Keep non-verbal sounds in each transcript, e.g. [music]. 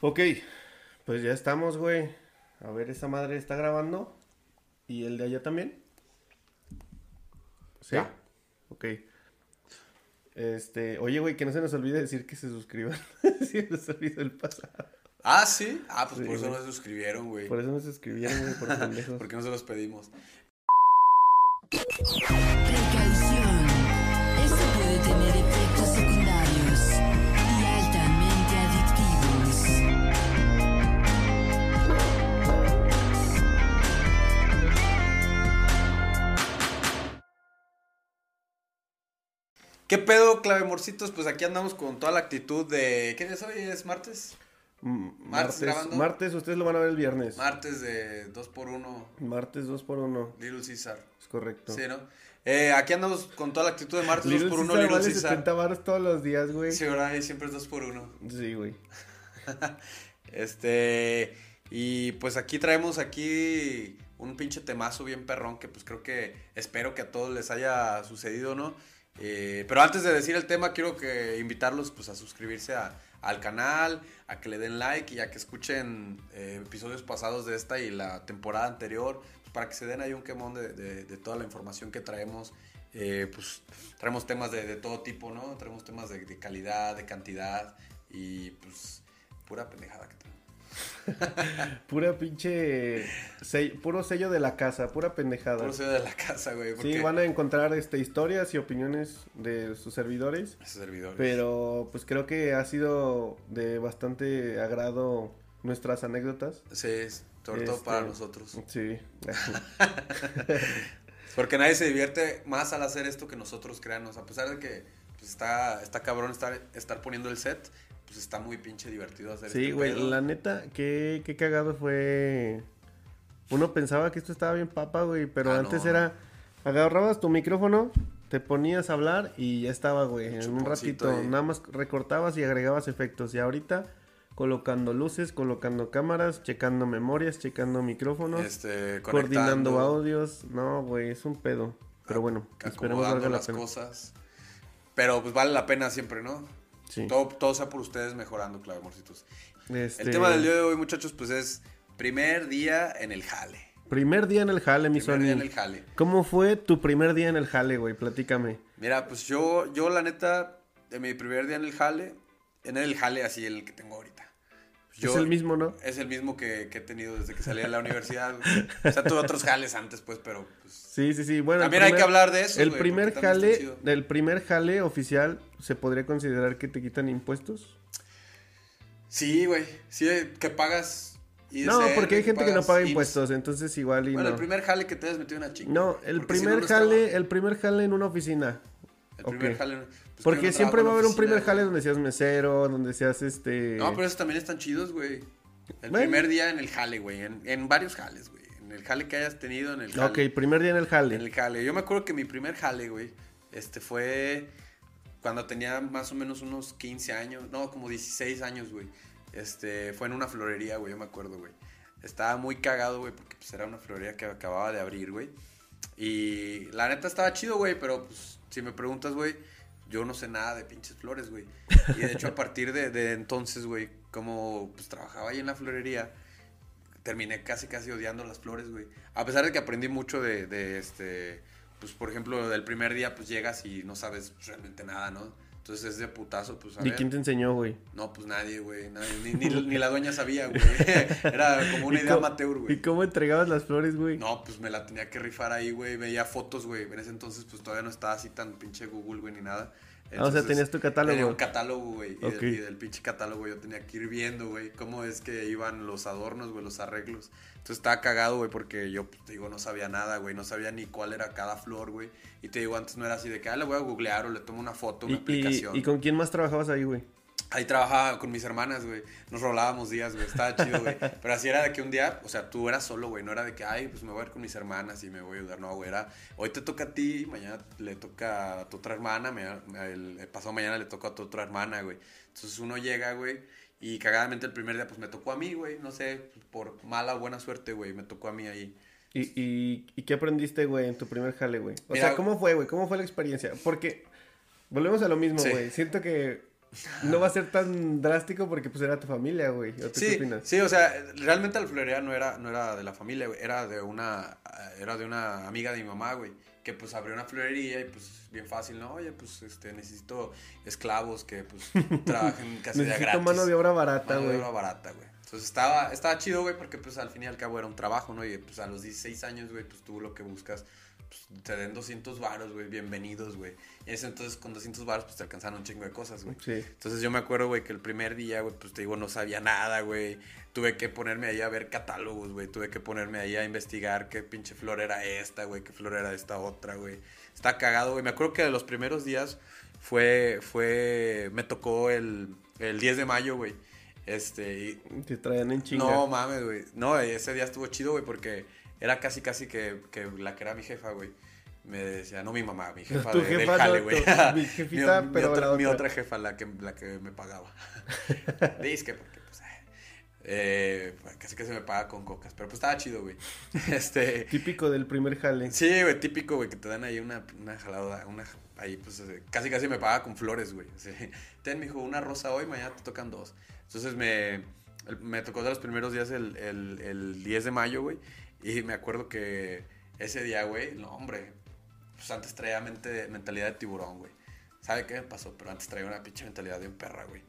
Ok, pues ya estamos, güey. A ver, esta madre está grabando. ¿Y el de allá también? ¿Sí? Ya. Ok. Este, oye, güey, que no se nos olvide decir que se suscriban. [laughs] si nos olvidó el pasado. Ah, sí. Ah, pues Sí, por eso güey. no se suscribieron, güey. Por eso nos suscribieron, güey, por [laughs] pendejos. ¿Por qué no se los pedimos? Precaución. Esto puede tener efectos secundarios y altamente adictivos. ¿Qué pedo, clavemorcitos? Pues aquí andamos con toda la actitud de. ¿Qué día es hoy? ¿Es martes? Mm, Martes martes, grabando. martes, ustedes lo van a ver el viernes. Martes de 2x1, martes 2x1, Little Caesar. es correcto. Sí, ¿no? Eh, aquí andamos con toda la actitud de martes Little 2x1, Caesar Little vale Caesar. 70 baros todos los días, güey. Sí, ahora ahí siempre es 2x1. Sí, güey. Este. Y pues aquí traemos aquí un pinche temazo bien perrón que pues creo que espero que a todos les haya sucedido, ¿no? Eh, pero antes de decir el tema, quiero que invitarlos pues a suscribirse a- al canal, a que le den like y a que escuchen eh, episodios pasados de esta y la temporada anterior, pues, para que se den ahí un quemón de, de- de toda la información que traemos. Eh, pues traemos temas de, de todo tipo, ¿no? Traemos temas de, de calidad, de cantidad y pues pura pendejada que traemos. Pura pinche. se- puro sello de la casa, pura pendejada. Puro sello de la casa, güey. Porque Sí, van a encontrar este, historias y opiniones de sus servidores. esos servidores. Pero pues creo que ha sido de bastante agrado nuestras anécdotas. Sí, es- sobre todo Este, para nosotros. Sí. [laughs] Porque nadie se divierte más al hacer esto que nosotros, créanos. A pesar de que pues, está, está cabrón estar, estar poniendo el set, pues está muy pinche divertido hacer sí, este güey. pedo. La neta, qué, qué cagado fue. Uno pensaba que esto estaba bien papa, güey. Pero Ah, antes no. era. Agarrabas tu micrófono, te ponías a hablar y ya estaba, güey. En un chuponcito ratito. ahí. Nada más recortabas y agregabas efectos. Y ahorita. Colocando luces, colocando cámaras, checando memorias, checando micrófonos. Este, coordinando conectando, audios. No, güey, es un pedo. Pero bueno, ac- esperemos acomodando valga la las pena. cosas. Pero pues vale la pena siempre, ¿no? Sí. Todo, todo sea por ustedes mejorando, clave, amorcitos. Este, El tema del día de hoy, muchachos, pues es primer día en el jale. Primer día en el jale, mi Primer día en Sony. el jale. ¿Cómo fue tu primer día en el jale, güey? Platícame. Mira, pues yo, yo la neta, de mi primer día en el jale, en el jale así el que tengo ahorita. Pues Yo- es el mismo, ¿no? Es el mismo que, que he tenido desde que salí de la universidad. güey. O sea, tuve otros jales antes, pues, pero pues, Sí, sí, sí. Bueno, el También hay que hablar de eso, El güey, primer porque también está jale, chido. el primer jale oficial, ¿se podría considerar que te quitan impuestos? sí, güey, sí, eh, que pagas ISR, no, porque hay que gente que no pagas paga IMSS. impuestos, entonces igual y Bueno, no. el primer jale que te hayas metido en una chica. No, güey, el porque si no, primer no es jale, trabajo. el primer jale en una oficina. El primer Ok. jale, pues, que Porque uno siempre trabaja en va a haber un oficina, primer güey. jale donde seas mesero, donde seas este. No, pero esos también están chidos, güey. El Bueno. primer día en el jale, güey. En, en varios jales, güey. En el jale que hayas tenido, en el jale. Ok, primer día en el jale. En el jale. Yo me acuerdo que mi primer jale, güey, este fue cuando tenía más o menos unos 15 años, no, como 16 años, güey. Este, fue en una florería, güey, yo me acuerdo, güey. Estaba muy cagado, güey, porque pues era una florería que acababa de abrir, güey. Y la neta estaba chido, güey, pero pues si me preguntas, güey, yo no sé nada de pinches flores, güey. Y de hecho a partir de, de entonces, güey, como pues trabajaba ahí en la florería, terminé casi casi odiando las flores, güey. A pesar de que aprendí mucho de, de, este, pues por ejemplo, del primer día pues llegas y no sabes realmente nada, ¿no? Entonces es de putazo, pues a ¿Y ver. quién te enseñó, güey? No, pues nadie, güey, nadie, ni, ni- ni la doña sabía, güey. [laughs] Era como una ¿Y idea cómo- amateur, güey. ¿Y cómo entregabas las flores, güey? No, pues me la tenía que rifar ahí, güey. Veía fotos, güey. En ese entonces, pues todavía no estaba así tan pinche Google, güey, ni nada. Ah, o sea, tenías tu catálogo. Tenía un catálogo, güey. Y, del- Ok. y del pinche catálogo yo tenía que ir viendo, güey, cómo es que iban los adornos, güey, los arreglos. Entonces estaba cagado, güey, porque yo, pues, te digo, no sabía nada, güey. No sabía ni cuál era cada flor, güey. Y te digo, antes no era así de que, ah, le voy a googlear o le tomo una foto, ¿Y, una y- aplicación. y con quién más trabajabas ahí, güey? Ahí trabajaba con mis hermanas, güey. Nos rolábamos días, güey. Estaba chido, güey. Pero así era de que un día, o sea, tú eras solo, güey. No era de que, ay, pues me voy a ir con mis hermanas y me voy a ayudar. No, güey. Era, hoy te toca a ti, mañana le toca a tu otra hermana, mañana- el, el pasado mañana le toca a tu otra hermana, güey. Entonces uno llega, güey. Y cagadamente el primer día, pues me tocó a mí, güey. No sé, por mala o buena suerte, güey. Me tocó a mí ahí. ¿Y, y, y qué aprendiste, güey, en tu primer jale, güey? O Mira, sea, ¿cómo fue, güey? ¿Cómo fue la experiencia? Porque volvemos a lo mismo, Sí. güey. Siento que No va a ser tan drástico porque pues era tu familia, güey. ¿O tú qué Sí, opinas? sí, o sea, realmente la florería no era, no era de la familia, güey, era de una, era de una amiga de mi mamá, güey, que pues abrió una florería y pues bien fácil, ¿no? Oye, pues este, necesito esclavos que [laughs] pues trabajen casi de a Necesito gratis. mano de obra barata, Mano de güey. obra barata, güey. Entonces estaba, estaba chido, güey, porque pues al fin y al cabo era un trabajo, ¿no? Y pues a los 16 años, güey, pues tú lo que buscas, pues te den 200 varos, güey, bienvenidos, güey. Y en ese entonces con 200 varos pues te alcanzaron un chingo de cosas, güey. Sí. Entonces yo me acuerdo, güey, que el primer día, güey, pues te digo, no sabía nada, güey. Tuve que ponerme ahí a ver catálogos, güey. Tuve que ponerme ahí a investigar qué pinche flor era esta, güey, qué flor era esta otra, güey. Está cagado, güey. Me acuerdo que de los primeros días fue, fue, me tocó el, el 10 de mayo, güey. Este, y- Te traían en chinga. no mames, güey. No, ese día estuvo chido, güey, porque era casi, casi que, que la que era mi jefa, güey. Me decía, no mi mamá, mi jefa, Tu de- del jefa, jale, no, güey. tu- [laughs] mi jefita, pero otra, la mi otra. otra jefa, la que, la que [laughs] me pagaba. Dice que porque, pues, eh, eh, casi que se me paga con cocas. Pero pues estaba chido, güey. [laughs] Este, Típico del primer jale. Sí, güey, típico, güey, que te dan ahí una, una jalada, una, ahí pues eh, casi casi me paga con flores, güey. así, [laughs] Ten, mijo, una rosa hoy, mañana te tocan dos. Entonces me, el- me tocó de los primeros días el, el- el 10 de mayo, güey, y me acuerdo que ese día, güey, no, hombre, pues antes traía mente- mentalidad de tiburón, güey. ¿Sabe qué me pasó? Pero antes traía una pinche mentalidad de un perra, güey.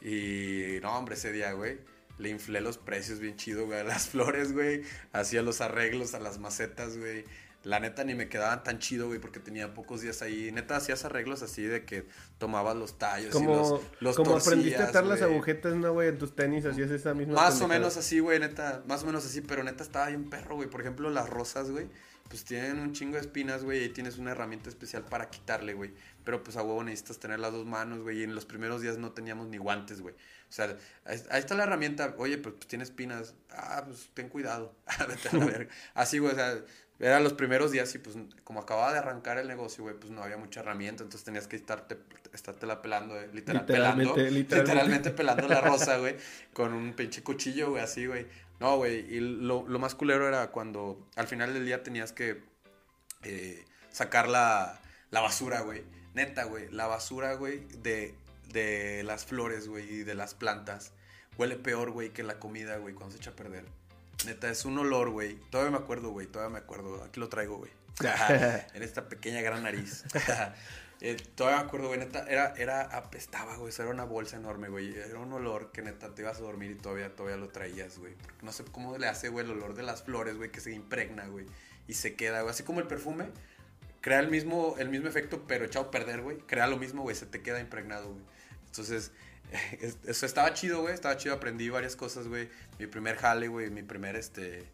Y no, hombre, ese día, güey. Le inflé los precios bien chido, güey, a las [laughs] flores, güey. Hacía los arreglos a las macetas, güey. La neta ni me quedaban tan chido, güey, porque tenía pocos días ahí. Neta hacías arreglos así de que tomabas los tallos y Como, los, los como torcías, aprendiste a atar las güey. agujetas, ¿no, güey? En tus tenis hacías esa misma Más o pendejada. menos así, güey, neta. Más o menos así, pero neta estaba bien perro, güey. Por ejemplo, las rosas, güey, pues tienen un chingo de espinas, güey. Y ahí tienes una herramienta especial para quitarle, güey. Pero pues a huevo necesitas tener las dos manos, güey. Y en los primeros días no teníamos ni guantes, güey. O sea, ahí ahí está la herramienta. Oye, pero pues tiene espinas. Ah, pues ten cuidado. [laughs] Vete a la verga. Así, güey, o sea. Eran los primeros días y pues como acababa de arrancar el negocio, güey, pues no había mucha herramienta, entonces tenías que estarte, estártela pelando, eh, literal, Literalmente, pelando, literalmente. literalmente [laughs] pelando la rosa, güey, con un pinche cuchillo, güey, así, güey. No, güey, y lo, lo más culero era cuando al final del día tenías que eh, sacar la, la basura, güey. Neta, güey, la basura, güey, de, de las flores, güey, y de las plantas. Huele peor, güey, que la comida, güey, cuando se echa a perder. Neta, es un olor, güey. Todavía me acuerdo, güey, todavía me acuerdo. Aquí lo traigo, güey. en esta pequeña gran nariz. [laughs] Eh, todavía me acuerdo, güey, neta, era, era, apestaba, güey, eso era una bolsa enorme, güey, era un olor que neta te ibas a dormir y todavía, todavía lo traías, güey, Porque no sé cómo le hace, güey, el olor de las flores, güey, que se impregna, güey, y se queda, güey, así como el perfume, crea el mismo, el mismo efecto, pero echado a perder, güey, crea lo mismo, güey, se te queda impregnado, güey, entonces, [laughs] es- eso estaba chido, güey, estaba chido, aprendí varias cosas, güey, mi primer jale, güey, mi primer, este,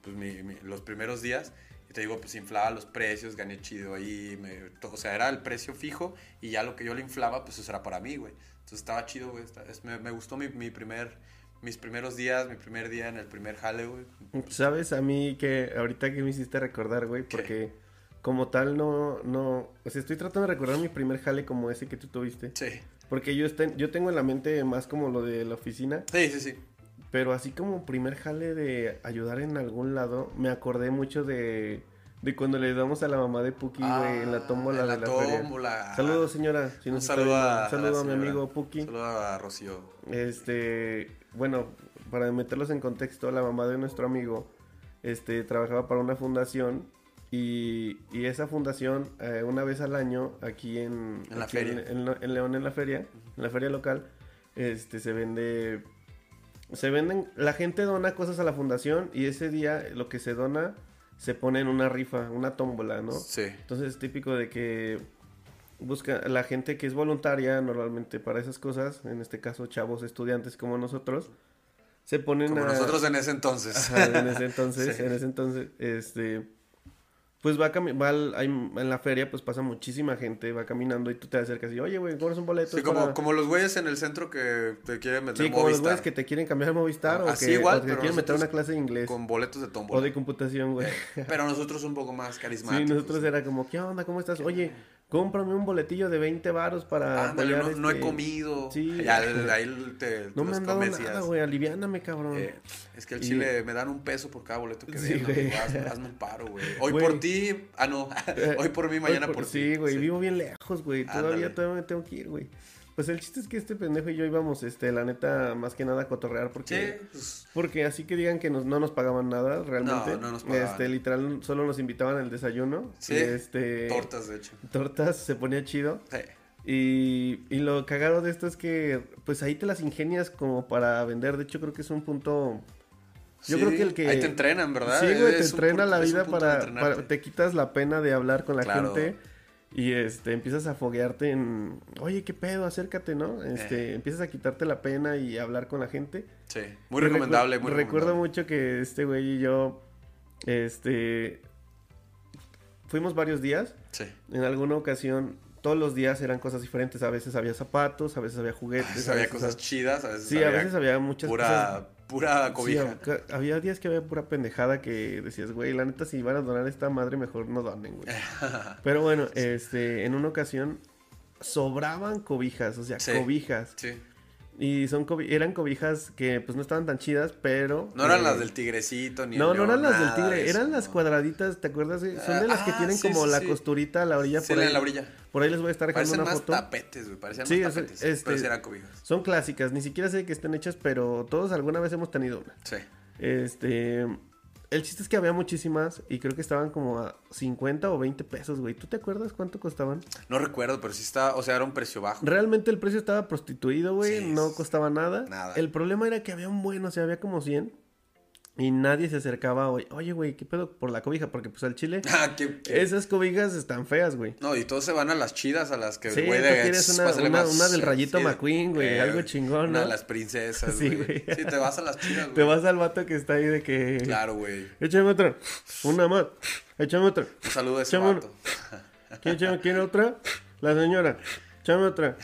pues, mi- mi- los primeros días. Y te digo, pues inflaba los precios, gané chido ahí. me- to- o sea, era el precio fijo y ya lo que yo le inflaba, pues eso era para mí, güey. Entonces estaba chido, güey. esta- es- me, me gustó mi, mi primer, mis primeros días, mi primer día en el primer jale, güey. ¿Sabes? A mí que ahorita que me hiciste recordar, güey, ¿Qué? porque como tal no, no, o sea, estoy tratando de recordar mi primer jale como ese que tú tuviste, Sí, porque yo, estén- yo tengo en la mente más como lo de la oficina, sí, sí. sí. pero así como primer jale de ayudar en algún lado, me acordé mucho de, de cuando le damos a la mamá de Puki, güey, en la tómbola Ah, en de la feria. tómbola. Saludos, señora. si Un nos está saludo viendo. a, Un saludo a, la mi señora. amigo Puki. Saludo a Rocío. Este, bueno, para meterlos en contexto, la mamá de nuestro amigo, este, trabajaba para una fundación y, y esa fundación eh, una vez al año aquí en, En la aquí en- feria. en- en León en la feria, en la feria local, este, se vende, se venden, la gente dona cosas a la fundación y ese día lo que se dona se pone en una rifa, una tómbola, ¿no? Sí. Entonces es típico de que busca la gente que es voluntaria normalmente para esas cosas, en este caso chavos estudiantes como nosotros, se ponen Como a nosotros en ese [laughs] entonces. Ajá, en ese entonces, [laughs] Sí. en ese entonces, este pues va, cami- va al- hay- en la feria pues pasa muchísima gente, va caminando y tú te acercas y, "Oye, güey, cobras un boleto." Sí, es como, para-". como los güeyes en el centro que te quieren meter Sí, como los Movistar. Ah, güeyes que te quieren cambiar a Movistar o Así que, igual, o que te pero quieren meter nosotros una clase de inglés Con boletos o de de tómbola. computación, güey. Pero nosotros un poco más Sí, carismáticos. nosotros era como, ¿qué onda? ¿Cómo estás? Oye, cómprame un boletillo de 20 varos para Ándale, no, apoyar, no he este, comido. Sí. Ya, de ahí te, No te me los han dado convencías. nada, güey, aliviáname, cabrón. Eh, es que el Y- chile me dan un peso por cada boleto que Sí, den. güey. amigo, hazme, hazme un paro, güey. Hoy Güey. por ti. Ah, no. [laughs] Eh, Hoy por mí, hoy mañana por, ti. Sí, güey, vivo bien lejos, güey, Ándale. todavía, todavía me tengo que ir, güey. Pues el chiste es que este pendejo y yo íbamos, este, la neta, más que nada a cotorrear porque... Sí, pues, Porque así que digan que nos- no nos pagaban nada, realmente. no nos pagaban. Este, literal, solo nos invitaban al desayuno. Sí, y, este, tortas, de hecho. Tortas, se ponía chido. Sí. Y, y lo cagado de esto es que, pues ahí te las ingenias como para vender. De hecho, creo que es un punto. Yo Sí, creo que el que. Ahí te entrenan, ¿verdad? Sí, güey, te Es un entrena pu- la es un vida punto para, de entrenarte. para- Te quitas la pena de hablar con la Claro. gente. Y este, empiezas a foguearte en. Oye, qué pedo, acércate, ¿no? Este, empiezas a quitarte la pena y hablar con la gente. Sí, muy Y recu- recomendable, muy Recuerdo recomendable. mucho que este güey y yo. Este. Fuimos varios días. Sí. En alguna ocasión, todos los días eran cosas diferentes. A veces había zapatos, a veces había juguetes. a había veces cosas hab- chidas, a veces Sí, a había veces había muchas pura, cosas. pura Sí, cobija. había- había días que había pura pendejada que decías, güey, la neta, si van a donar esta madre, mejor no donen, [laughs] güey. Pero bueno, este, en una ocasión sobraban cobijas, o sea, Sí. cobijas. Sí. Y son cobi- eran cobijas que pues no estaban tan chidas, pero... No eran eh, las del tigrecito ni No, el no eran león, las del nada de tigre, eso, eran las no. cuadraditas, ¿te acuerdas? güey? Son de las que Ah, tienen sí, como sí, la sí. costurita a la orilla Sí, por la- ahí. la orilla. Por ahí les voy a estar dejando Parecen una más foto. tapetes, güey. Parecían Sí, más o sea, tapetes. este- Pero sí eran cobijas. Son clásicas, ni siquiera sé de qué están hechas, pero todos alguna vez hemos tenido una. Sí. Este, el chiste es que había muchísimas y creo que estaban como a 50 o 20 pesos, güey. ¿Tú te acuerdas cuánto costaban? No recuerdo, pero sí está, o sea, era un precio bajo. Realmente el precio estaba prostituido, güey, Sí, no es- costaba nada. nada. El problema era que había un buen, o sea, había como 100 y nadie se acercaba, güey. Oye, güey, ¿qué pedo por la cobija? Porque pues al [laughs] chile [laughs] Ah, qué- qué- esas cobijas están feas, güey. No, y todos se van a las chidas, a las que, Sí, güey, tú de- quieres una- pásale una- más, una del Rayito sí, eh, McQueen, güey, algo chingón, ¿no? Una de las princesas, Sí, güey. güey. Sí, te vas a las chidas, güey. Te vas al vato que está ahí de que... Claro, güey. Échame otra. Una más. Échame otra. Un saludo a ese Chamo- vato. ¿Quién, quién- quién otra? La señora. Échame otra.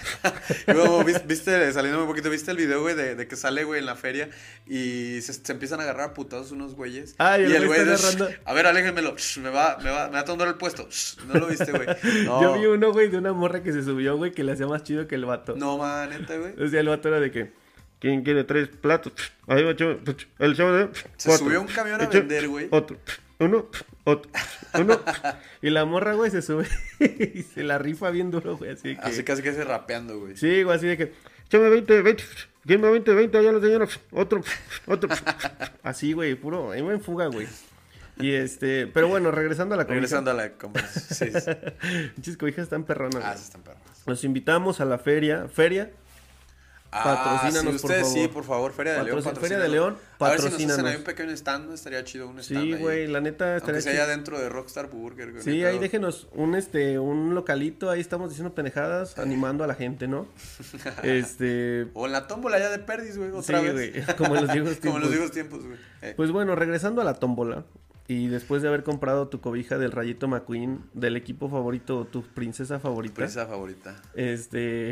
Luego, ¿vis- viste, saliendo un poquito, ¿viste el video, güey, de, de que sale, güey, en la feria y se, se empiezan a agarrar a putados unos güeyes? Ah, y el güey está de, agarrando. "Shh, A ver, aléjenmelo, shh, me va, me va, me va a tomar el puesto. shh". No lo viste, güey. No, [laughs] Yo vi uno, güey, de una morra que se subió, güey, que le hacía más chido que el vato. no, man, neta, güey. O sea, el vato era de que. ¿Quién quiere tres platos? Ahí va, chavo. El chavo de. Se subió un camión a Echa- vender, güey. Otro. Uno. Otro. Uno. y la morra, güey, se sube [laughs] y se la rifa bien duro, güey. Así de que. Así casi casi rapeando, güey. Sí, güey, así de que. Échame 20, 20. ¿Quién me 20, 20? Allá la señora. Otro. [laughs] Otro. así, güey, puro. Iba en fuga, güey. Y este. Pero bueno, regresando a la conversación. Regresando a la conversación. Sí, sí. [laughs] Pinches cobijas están perronas. Ah, güey. sí están perros. Los invitamos a la feria. Feria. Ah, sí, Patrocínanos, por ustedes sí, favor. por favor, Feria de León. Patrocin- Feria de patrocínanos. León, A ver si nos hacen patrocínanos. ahí un pequeño stand, ¿no? estaría chido un stand. Sí, ahí. güey, la neta Aunque estaría sea chido. allá dentro de Rockstar Burger. güey, Sí, neta, ahí déjenos un este un localito, ahí estamos diciendo [laughs] pendejadas, animando a la gente, ¿no? Este, O en la tómbola ya de Perdis, güey, otra sí, vez. güey, [laughs] como en los viejos [laughs] Como en tiempos. los viejos tiempos, güey. Eh, Pues bueno, regresando a la tómbola y después de haber comprado tu cobija del Rayito McQueen, del equipo favorito o tu princesa favorita, presa favorita. este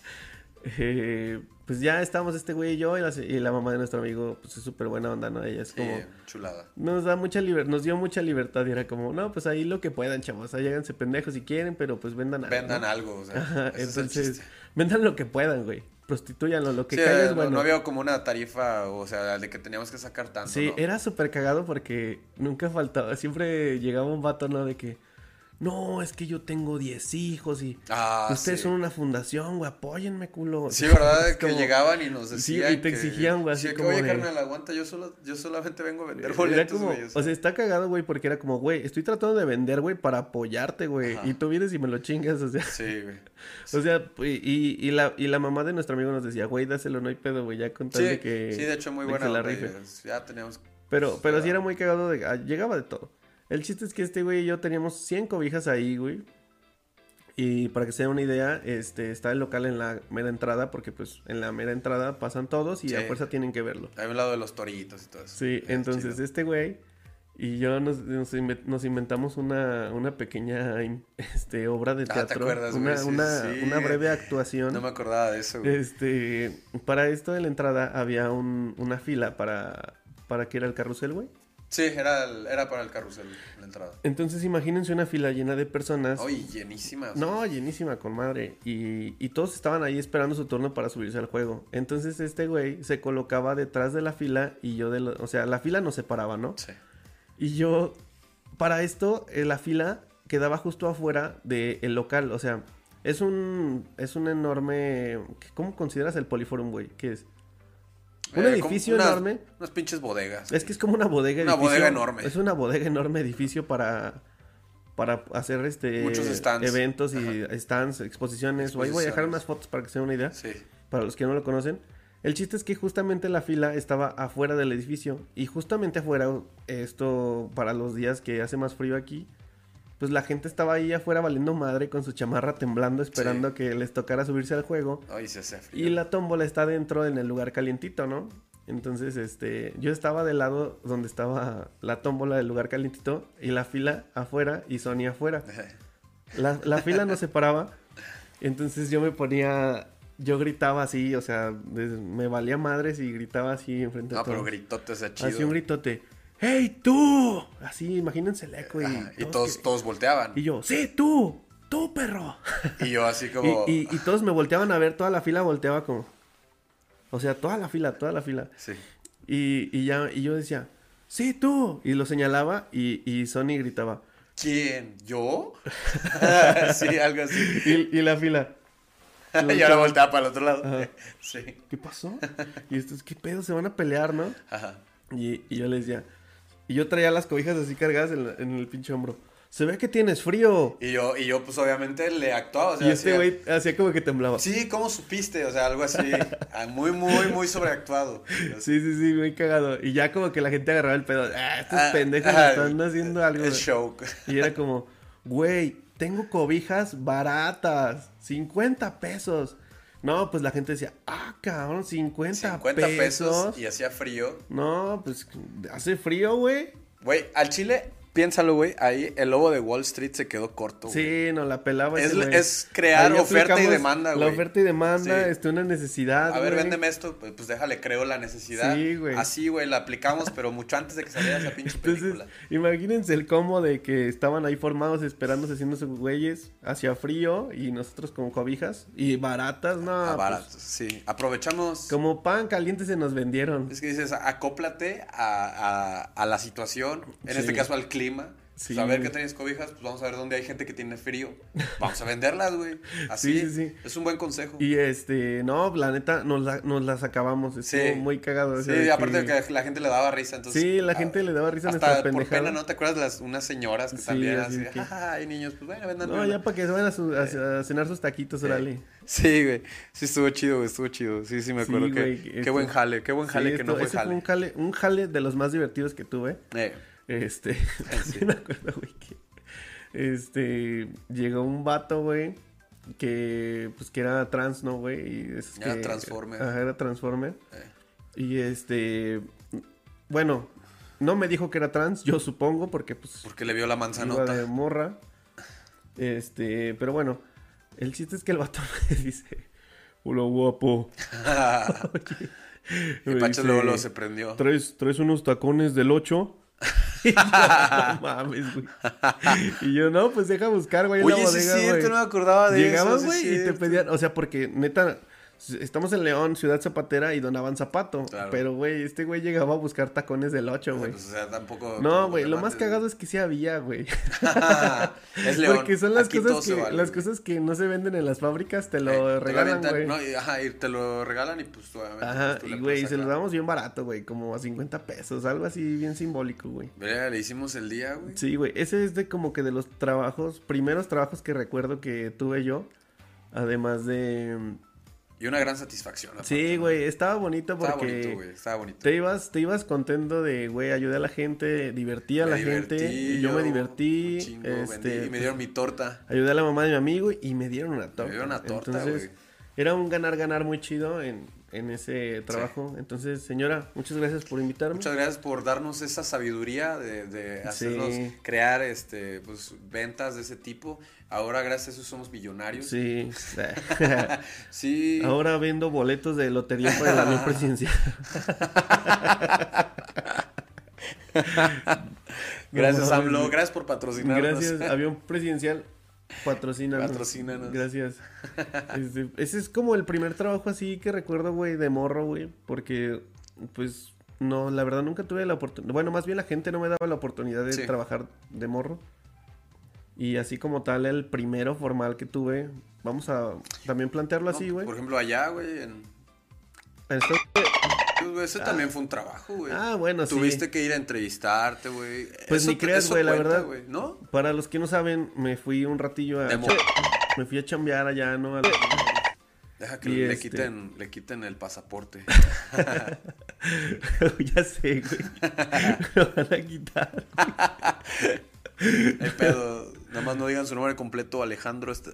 [laughs] eh, pues ya estamos este güey y yo y la, y la mamá de nuestro amigo, pues es súper buena onda, ¿no? Ella es Sí, como Eh, chulada. Nos da mucha liber- nos dio mucha libertad y era como, no, pues ahí lo que puedan, chavos, ahí háganse pendejos si quieren, pero pues vendan algo. Vendan ¿no? algo, o sea. Ajá, ese es el entonces, chiste. vendan lo que puedan, güey. Prostituyanlo, lo que Sí, caiga es no, bueno. no había como una tarifa, o sea, de que teníamos que sacar tanto. Sí, ¿no? era súper cagado porque nunca faltaba, siempre llegaba un vato, ¿no? De que, no, es que yo tengo 10 hijos y Ah, ustedes sí. son una fundación, güey, apóyenme, culo. Sí, [laughs] ¿verdad? Es que como- llegaban y nos Sí, decían. y te que- exigían, güey, sí, así que, como Oye, de- carnal, aguanta, yo, solo, yo solamente vengo a vender Era boletos, como- güey. o sea. o sea, está cagado, güey, porque era como, güey, estoy tratando de vender, güey, para apoyarte, güey. Ajá. Y tú vienes y me lo chingas, o sea. Sí, güey. O sea, y, y- y la, y la mamá de nuestro amigo nos decía, güey, dáselo, no hay pedo, güey, ya con tal Sí, de que... sí, de hecho, de muy que buena. se la onda, rife. y, Ya teníamos. Pero, pero sí Ya. era muy cagado, de, ah, llegaba de todo. El chiste es que este güey y yo teníamos 100 cobijas ahí, güey. Y para que se den una idea, este, está el local en la mera entrada, porque pues en la mera entrada pasan todos y a Sí. fuerza tienen que verlo. Hay un lado de los toritos y todo eso. Sí, Era entonces chido. este güey y yo nos, nos inve- nos inventamos una, una pequeña [laughs] im- este, obra de Ah, ¿te teatro. acuerdas, güey? una, Sí, una, sí. una breve actuación. No me acordaba de eso, güey. Este, para esto de la entrada había un- una fila para, para que era el carrusel, güey. Sí, era, el- era para el carrusel, la entrada. Entonces imagínense una fila llena de personas. Ay, llenísima. o sea, No, llenísima con madre. Y, y todos estaban ahí esperando su turno para subirse al juego. Entonces este güey se colocaba detrás de la fila y yo de la- O sea, la fila nos separaba, ¿no? Sí. Eh, Y yo, para esto, eh, la fila quedaba justo afuera del local. O sea, Es un, es un enorme... ¿Cómo consideras el Poliforum, güey? ¿Qué es? Un Eh, como edificio unas- enorme. Unas pinches bodegas. Es que es como una bodega Una edificio. bodega enorme. Es una bodega enorme edificio para, para hacer este Muchos stands. eventos y stands, exposiciones. o Ahí voy a dejar Exposiciones. unas fotos para que se den una idea. Sí. Para los que no lo conocen. El chiste es que justamente la fila estaba afuera del edificio. Y justamente afuera, esto para los días que hace más frío aquí. Pues la gente estaba ahí afuera valiendo madre con su chamarra temblando, esperando Sí. que les tocara subirse al juego. Ay, se hace frío. Y [laughs] la tómbola está dentro en el lugar calientito, ¿no? Entonces, este, yo estaba del lado donde estaba la tómbola del lugar calientito y la fila afuera y Sony afuera. La, la fila no se paraba. Entonces yo me ponía, yo gritaba así, o sea, des- me valía madres y gritaba así enfrente de No, todos. pero gritote está chido. así un gritote. ¡Hey, tú! Así, imagínense el eco y, Ajá, Ah, Y que- todos, todos volteaban. y yo, ¡sí, tú! ¡Tú, perro! [laughs] Y yo así Y, como... y- y todos me volteaban a ver, toda la fila volteaba como. O sea, toda la fila, toda la fila. Sí. Y, y ya, y yo decía, sí, tú. Y lo señalaba y, y Sony gritaba. ¿Quién? ¿Yo? [laughs] [laughs] sí, algo así. [laughs] Y, y la fila, Y ahora volteaba para el otro lado. Ajá. [laughs] Sí. ¿qué pasó? Y estos, ¿qué pedo? Se van a pelear, ¿no? Ajá. Y, y yo les decía, y yo traía las cobijas así cargadas en, la- en el pinche hombro. Se ve que tienes frío. Y yo, y yo, pues obviamente le actuaba. O sea, Y este hacía- güey hacía como que temblaba. Sí, Sí, ¿cómo supiste? O sea, [laughs] algo así. ah, Muy, muy, muy sobreactuado. sí, sí, muy cagado. Y ya como que la gente agarraba el pedo. Ah, estos Ah, pendejos ajá, están haciendo algo. El güey". show. Y era como, güey, tengo cobijas baratas, 50 pesos. No, pues la gente decía, ah, cabrón, 50, 50 pesos. pesos y hacía frío. No, pues hace frío, güey. Güey, al Chile, piénsalo, güey. Ahí el lobo de Wall Street se quedó corto, güey. Sí, no, la pelaba. Es- ese güey. es crear Ahí oferta y aplicamos demanda, La güey. oferta y demanda, Sí. este, una necesidad. A ver, güey. véndeme esto. Pues, pues déjale, creo la necesidad. Sí, güey. Así, güey, la aplicamos, pero mucho antes de que saliera esa pinche Entonces, película. imagínense el combo de que estaban ahí formados esperándose haciendo sus güeyes hacia frío y nosotros con cobijas y baratas, no. Ah, pues, barato, sí. Aprovechamos. como pan caliente se nos vendieron. Es que dices, acóplate a, a- a la situación, en Sí. este caso al clima. Sí, Saber que güey. tienes cobijas, pues vamos a ver dónde hay gente que [laughs] tiene frío. Vamos a venderlas, güey. Así. Sí, sí, sí. Es un buen consejo. Y este, no, la neta, nos, la- nos las acabamos. Estuvo Sí. muy cagado. o Sí, sea, de aparte de que la gente le daba risa, entonces. Sí, la ah, gente le daba risa a nuestras Hasta por pendejadas. pena, ¿no? ¿Te acuerdas de las, unas señoras que Sí, también así así, de de, que- "Ajá, hay niños, pues bueno, vendan. No, vendan". ya para que se vayan a, su- Eh. a- a cenar sus taquitos, órale. [laughs] Sí, güey. Sí, estuvo chido, güey. Estuvo chido. Sí, sí, me Sí, acuerdo. que, güey, qué esto- buen jale, qué buen jale Sí, que esto- no fue ese jale. un jale. Un jale de los más divertidos que tuve. Eh, Este, [laughs] [laughs] Sí. me acuerdo, güey, que este, llegó un vato, güey, que pues que era trans, ¿no, güey? Y de esos Era que- transformer. Ajá, era transformer. eh. Y este, bueno, no me dijo que era trans, yo supongo, porque pues Porque le vio la iba [laughs] manzanota. de morra. Este, pero bueno, el chiste es que el vato [laughs] me dice, hola [laughs] guapo. y Me Pacho dice, luego, luego se prendió. ¿Traes, traes unos tacones del 8? [laughs] Y yo, no mames, güey. Y yo, no, pues deja buscar, güey, en la Oye, sí es bodega, cierto, güey. no me acordaba de Llegaban, eso. güey, sí es y te cierto. pedían, o sea, porque neta, s- estamos en León, ciudad zapatera, y donaban zapato. Claro. Pero, güey, este güey llegaba a buscar tacones del 8, güey. Pues, o sea, tampoco. No, güey, lo más cagado es que sí había, güey. [laughs] es. es León. [laughs] Porque son las Aquí todo cosas se que vale, las güey. cosas que no se venden en las fábricas, te lo Eh, te la regalan, aventan, güey. no, y, ajá, y te lo regalan y pues tú, obviamente. Ajá, pues, tú le y güey, puedes se los sacar. damos bien barato, güey, como a 50 pesos, algo así bien simbólico, güey. Mira, le hicimos el día, güey. Sí, güey, ese es de como que de los trabajos, primeros trabajos que recuerdo que tuve yo, además de... Y una gran satisfacción. aparte, Sí, ¿no? güey, estaba bonito Estaba porque bonito, güey. Estaba bonito. te ibas, te ibas contento de, güey, ayudé a la gente, divertí a Me la divertí, gente, y yo me divertí, un chingo, vendí, este, pues, y me dieron mi torta. ayudé a la mamá de mi amigo y me dieron una torta. Me dieron una torta, Entonces, güey. era un ganar-ganar muy chido en, en ese trabajo. Entonces, señora, muchas gracias por invitarme. Muchas gracias por darnos esa sabiduría de, de hacernos Sí. crear este, pues, ventas de ese tipo. Ahora, gracias a eso, somos millonarios. [laughs] Sí. [laughs] Sí. Ahora vendo boletos de lotería para el avión presidencial. [laughs] gracias, No, AMLO. güey. Gracias por patrocinarnos. [laughs] Gracias, avión presidencial. Patrocínanos. Patrocínanos. [laughs] Gracias. Este, ese es como el primer trabajo así que recuerdo, güey, de morro, güey. Porque, pues, no, la verdad nunca tuve la oportunidad. Bueno, más bien la gente no me daba la oportunidad de Sí. trabajar de morro. Y así como tal, el primero formal que tuve, vamos a también plantearlo No, así, güey. Por ejemplo, allá, güey, en... Esto- Pues, Güey, Eso también fue un trabajo, güey. Ah, bueno, sí. Tuviste que ir a entrevistarte, güey. Pues Eso ni te- creas, eso güey, la cuenta, verdad. güey, ¿No? Para los que no saben, me fui un ratillo a... De mo- Me fui a chambear allá, ¿no? A la- Deja que Y le, este- quiten, le quiten [laughs] el pasaporte. ya sé, güey. [laughs] Lo van a quitar. Hay pedo. Nada más no digan su nombre completo, Alejandro. este-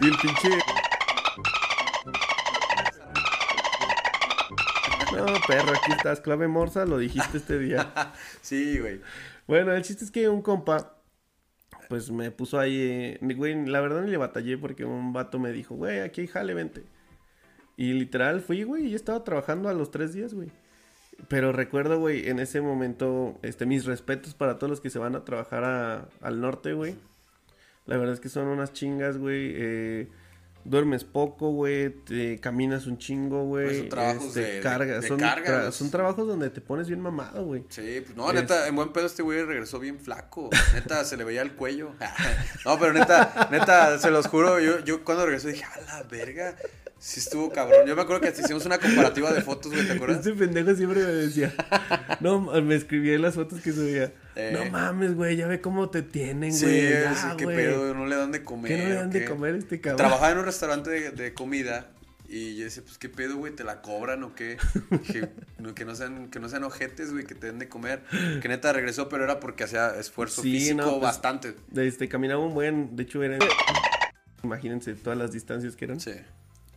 Y el pinche... No, perro, aquí estás. Clave morsa, lo dijiste este día. [laughs] sí, güey. Bueno, el chiste es que un compa, pues me puso ahí, eh, ni- güey, la verdad ni le batallé porque un vato me dijo, güey, aquí hay jale, vente. Y literal fui, güey, y estaba trabajando a los tres días, güey. Pero recuerdo, güey, en ese momento, este, mis respetos para todos los que se van a trabajar a- al norte, güey. La verdad es que son unas chingas, güey. eh, duermes poco, güey, te caminas un chingo, güey. Pues son trabajos de- de- cargas, de son, carga, tra- güey. son trabajos donde te pones bien mamado, güey. Sí, pues no, Es- neta, en buen pedo este güey regresó bien flaco. Neta, se le veía el cuello. [laughs] no, pero neta, neta, se los juro, yo, yo cuando regresó dije, a la verga, sí estuvo cabrón. Yo me acuerdo que hasta hicimos una comparativa de fotos, güey, ¿te acuerdas? Este pendejo siempre me decía. [laughs] No, ma- me escribía en las fotos que subía. Eh. No mames, güey, ya ve cómo te tienen, Sí, güey. sí, ya, qué güey. pedo, no le dan de comer. ¿Qué no le dan o de qué? comer a este cabrón? Trabajaba en un restaurante de, de comida y yo decía, pues qué pedo, güey, te la cobran o qué. [laughs] Dije, "No, que no sean, que no sean ojetes, güey, que te den de comer. Que neta regresó, pero era porque hacía esfuerzo Sí, físico no, pues, bastante. Este, caminaba un buen. De hecho, [laughs] era. Imagínense todas las distancias que eran. Sí.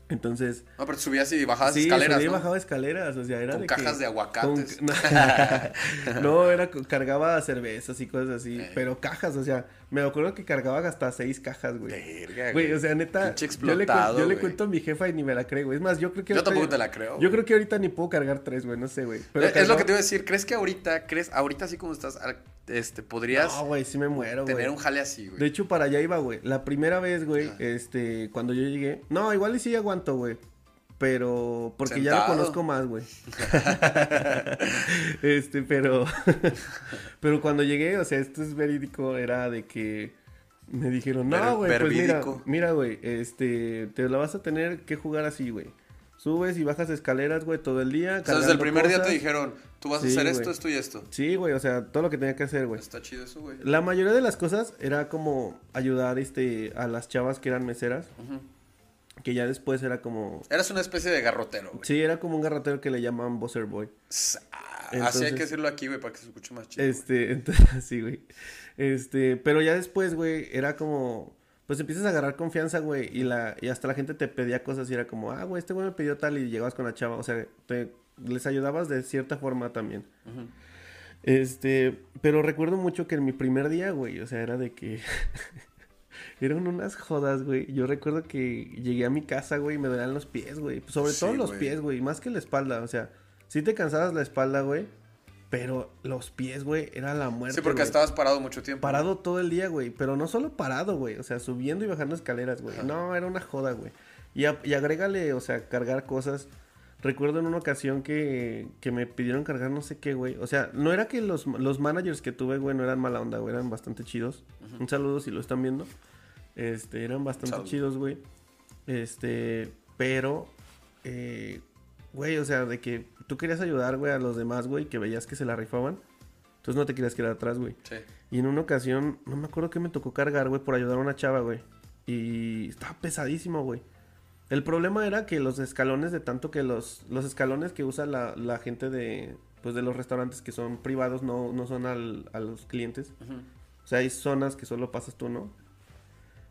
Entonces. No, pero subías y bajabas Sí, escaleras. subía y ¿no? bajaba escaleras, o sea, era Con de cajas que- de [laughs] aguacates. con- No, [laughs] era co- cargaba cervezas y cosas así, Eh. pero cajas, o sea, me acuerdo que cargaba hasta seis cajas, Eh. güey. Verga, Güey, o sea, neta, Pinche yo le, cu- explotado, yo le güey. cuento a mi jefa y ni me la creo, güey. Es más, yo creo que Yo ahorita tampoco ya- te la creo, Yo güey. creo que ahorita ni puedo cargar tres, güey, no sé, güey. Pero es, es lo cargaba- que te iba a decir. ¿Crees que ahorita, crees, ahorita así como estás, ah, este, podrías No, güey, sí me muero, güey. tener un jale así, güey? De hecho, para allá iba, güey. La primera vez, güey, este, cuando yo llegué. No, igual y sí aguanto, güey. Pero, porque ya lo Sentado. conozco más, [laughs] güey. este, pero, [laughs] pero cuando llegué, o sea, esto es verídico, era de que me dijeron, Ver- no, güey, pues mira, vervídico. mira, güey, este, te la vas a tener que jugar así, güey. Subes y bajas escaleras, güey, todo el día. o sea, desde el cargando primer día te cosas. dijeron, tú vas Sí, a hacer güey. esto, esto y esto. Sí, güey, o sea, todo lo que tenía que hacer, güey. Está chido eso, güey. La mayoría de las cosas era como ayudar este, a las chavas que eran meseras. Ujú. Que ya después era como. Eras una especie de garrotero, güey. Sí, era como un garratero que le llaman Buzzer Boy. S- ah, Así Entonces- hay que decirlo aquí, güey, para que se escuche más chido. güey. Este, [laughs] entonces, sí, güey. Este, pero ya después, güey, era como. Pues empiezas a agarrar confianza, güey. Y, la, y hasta la gente te pedía cosas y era como, ah, güey, este güey me pidió tal y llegabas con la chava. O sea, te, les ayudabas de cierta forma también. Ujú. Este, pero recuerdo mucho que en mi primer día, güey, o sea, era de que [laughs] eran unas jodas, güey. Yo recuerdo que llegué a mi casa, güey, y me dolían los pies, güey. Sobre Sí, todo los güey. pies, güey, más que la espalda, o sea, sí te cansabas la espalda, güey, pero los pies, güey, era la muerte. Sí, porque güey. estabas parado mucho tiempo. parado todo el día, güey, pero no solo parado, güey, o sea, subiendo y bajando escaleras, güey. Ajá. No, era una joda, güey. Y, a- y agrégale, o sea, cargar cosas. Recuerdo en una ocasión que, que me pidieron cargar no sé qué, güey. O sea, no era que los, los managers que tuve, güey, no eran mala onda, güey, eran bastante chidos. Un saludo si lo están viendo. Este, eran bastante Saludo. chidos, güey. Este, pero, eh, güey, o sea, de que tú querías ayudar, güey, a los demás, güey, que veías que se la rifaban. Entonces no te querías quedar atrás, güey. Sí. Y en una ocasión, no me acuerdo qué me tocó cargar, güey, por ayudar a una chava, güey. Y estaba pesadísimo, güey. El problema era que los escalones de tanto que los, los escalones que usa la, la gente de, pues, de los restaurantes que son privados no, no son al- a los clientes. Ujú. O sea, hay zonas que solo pasas tú, ¿no?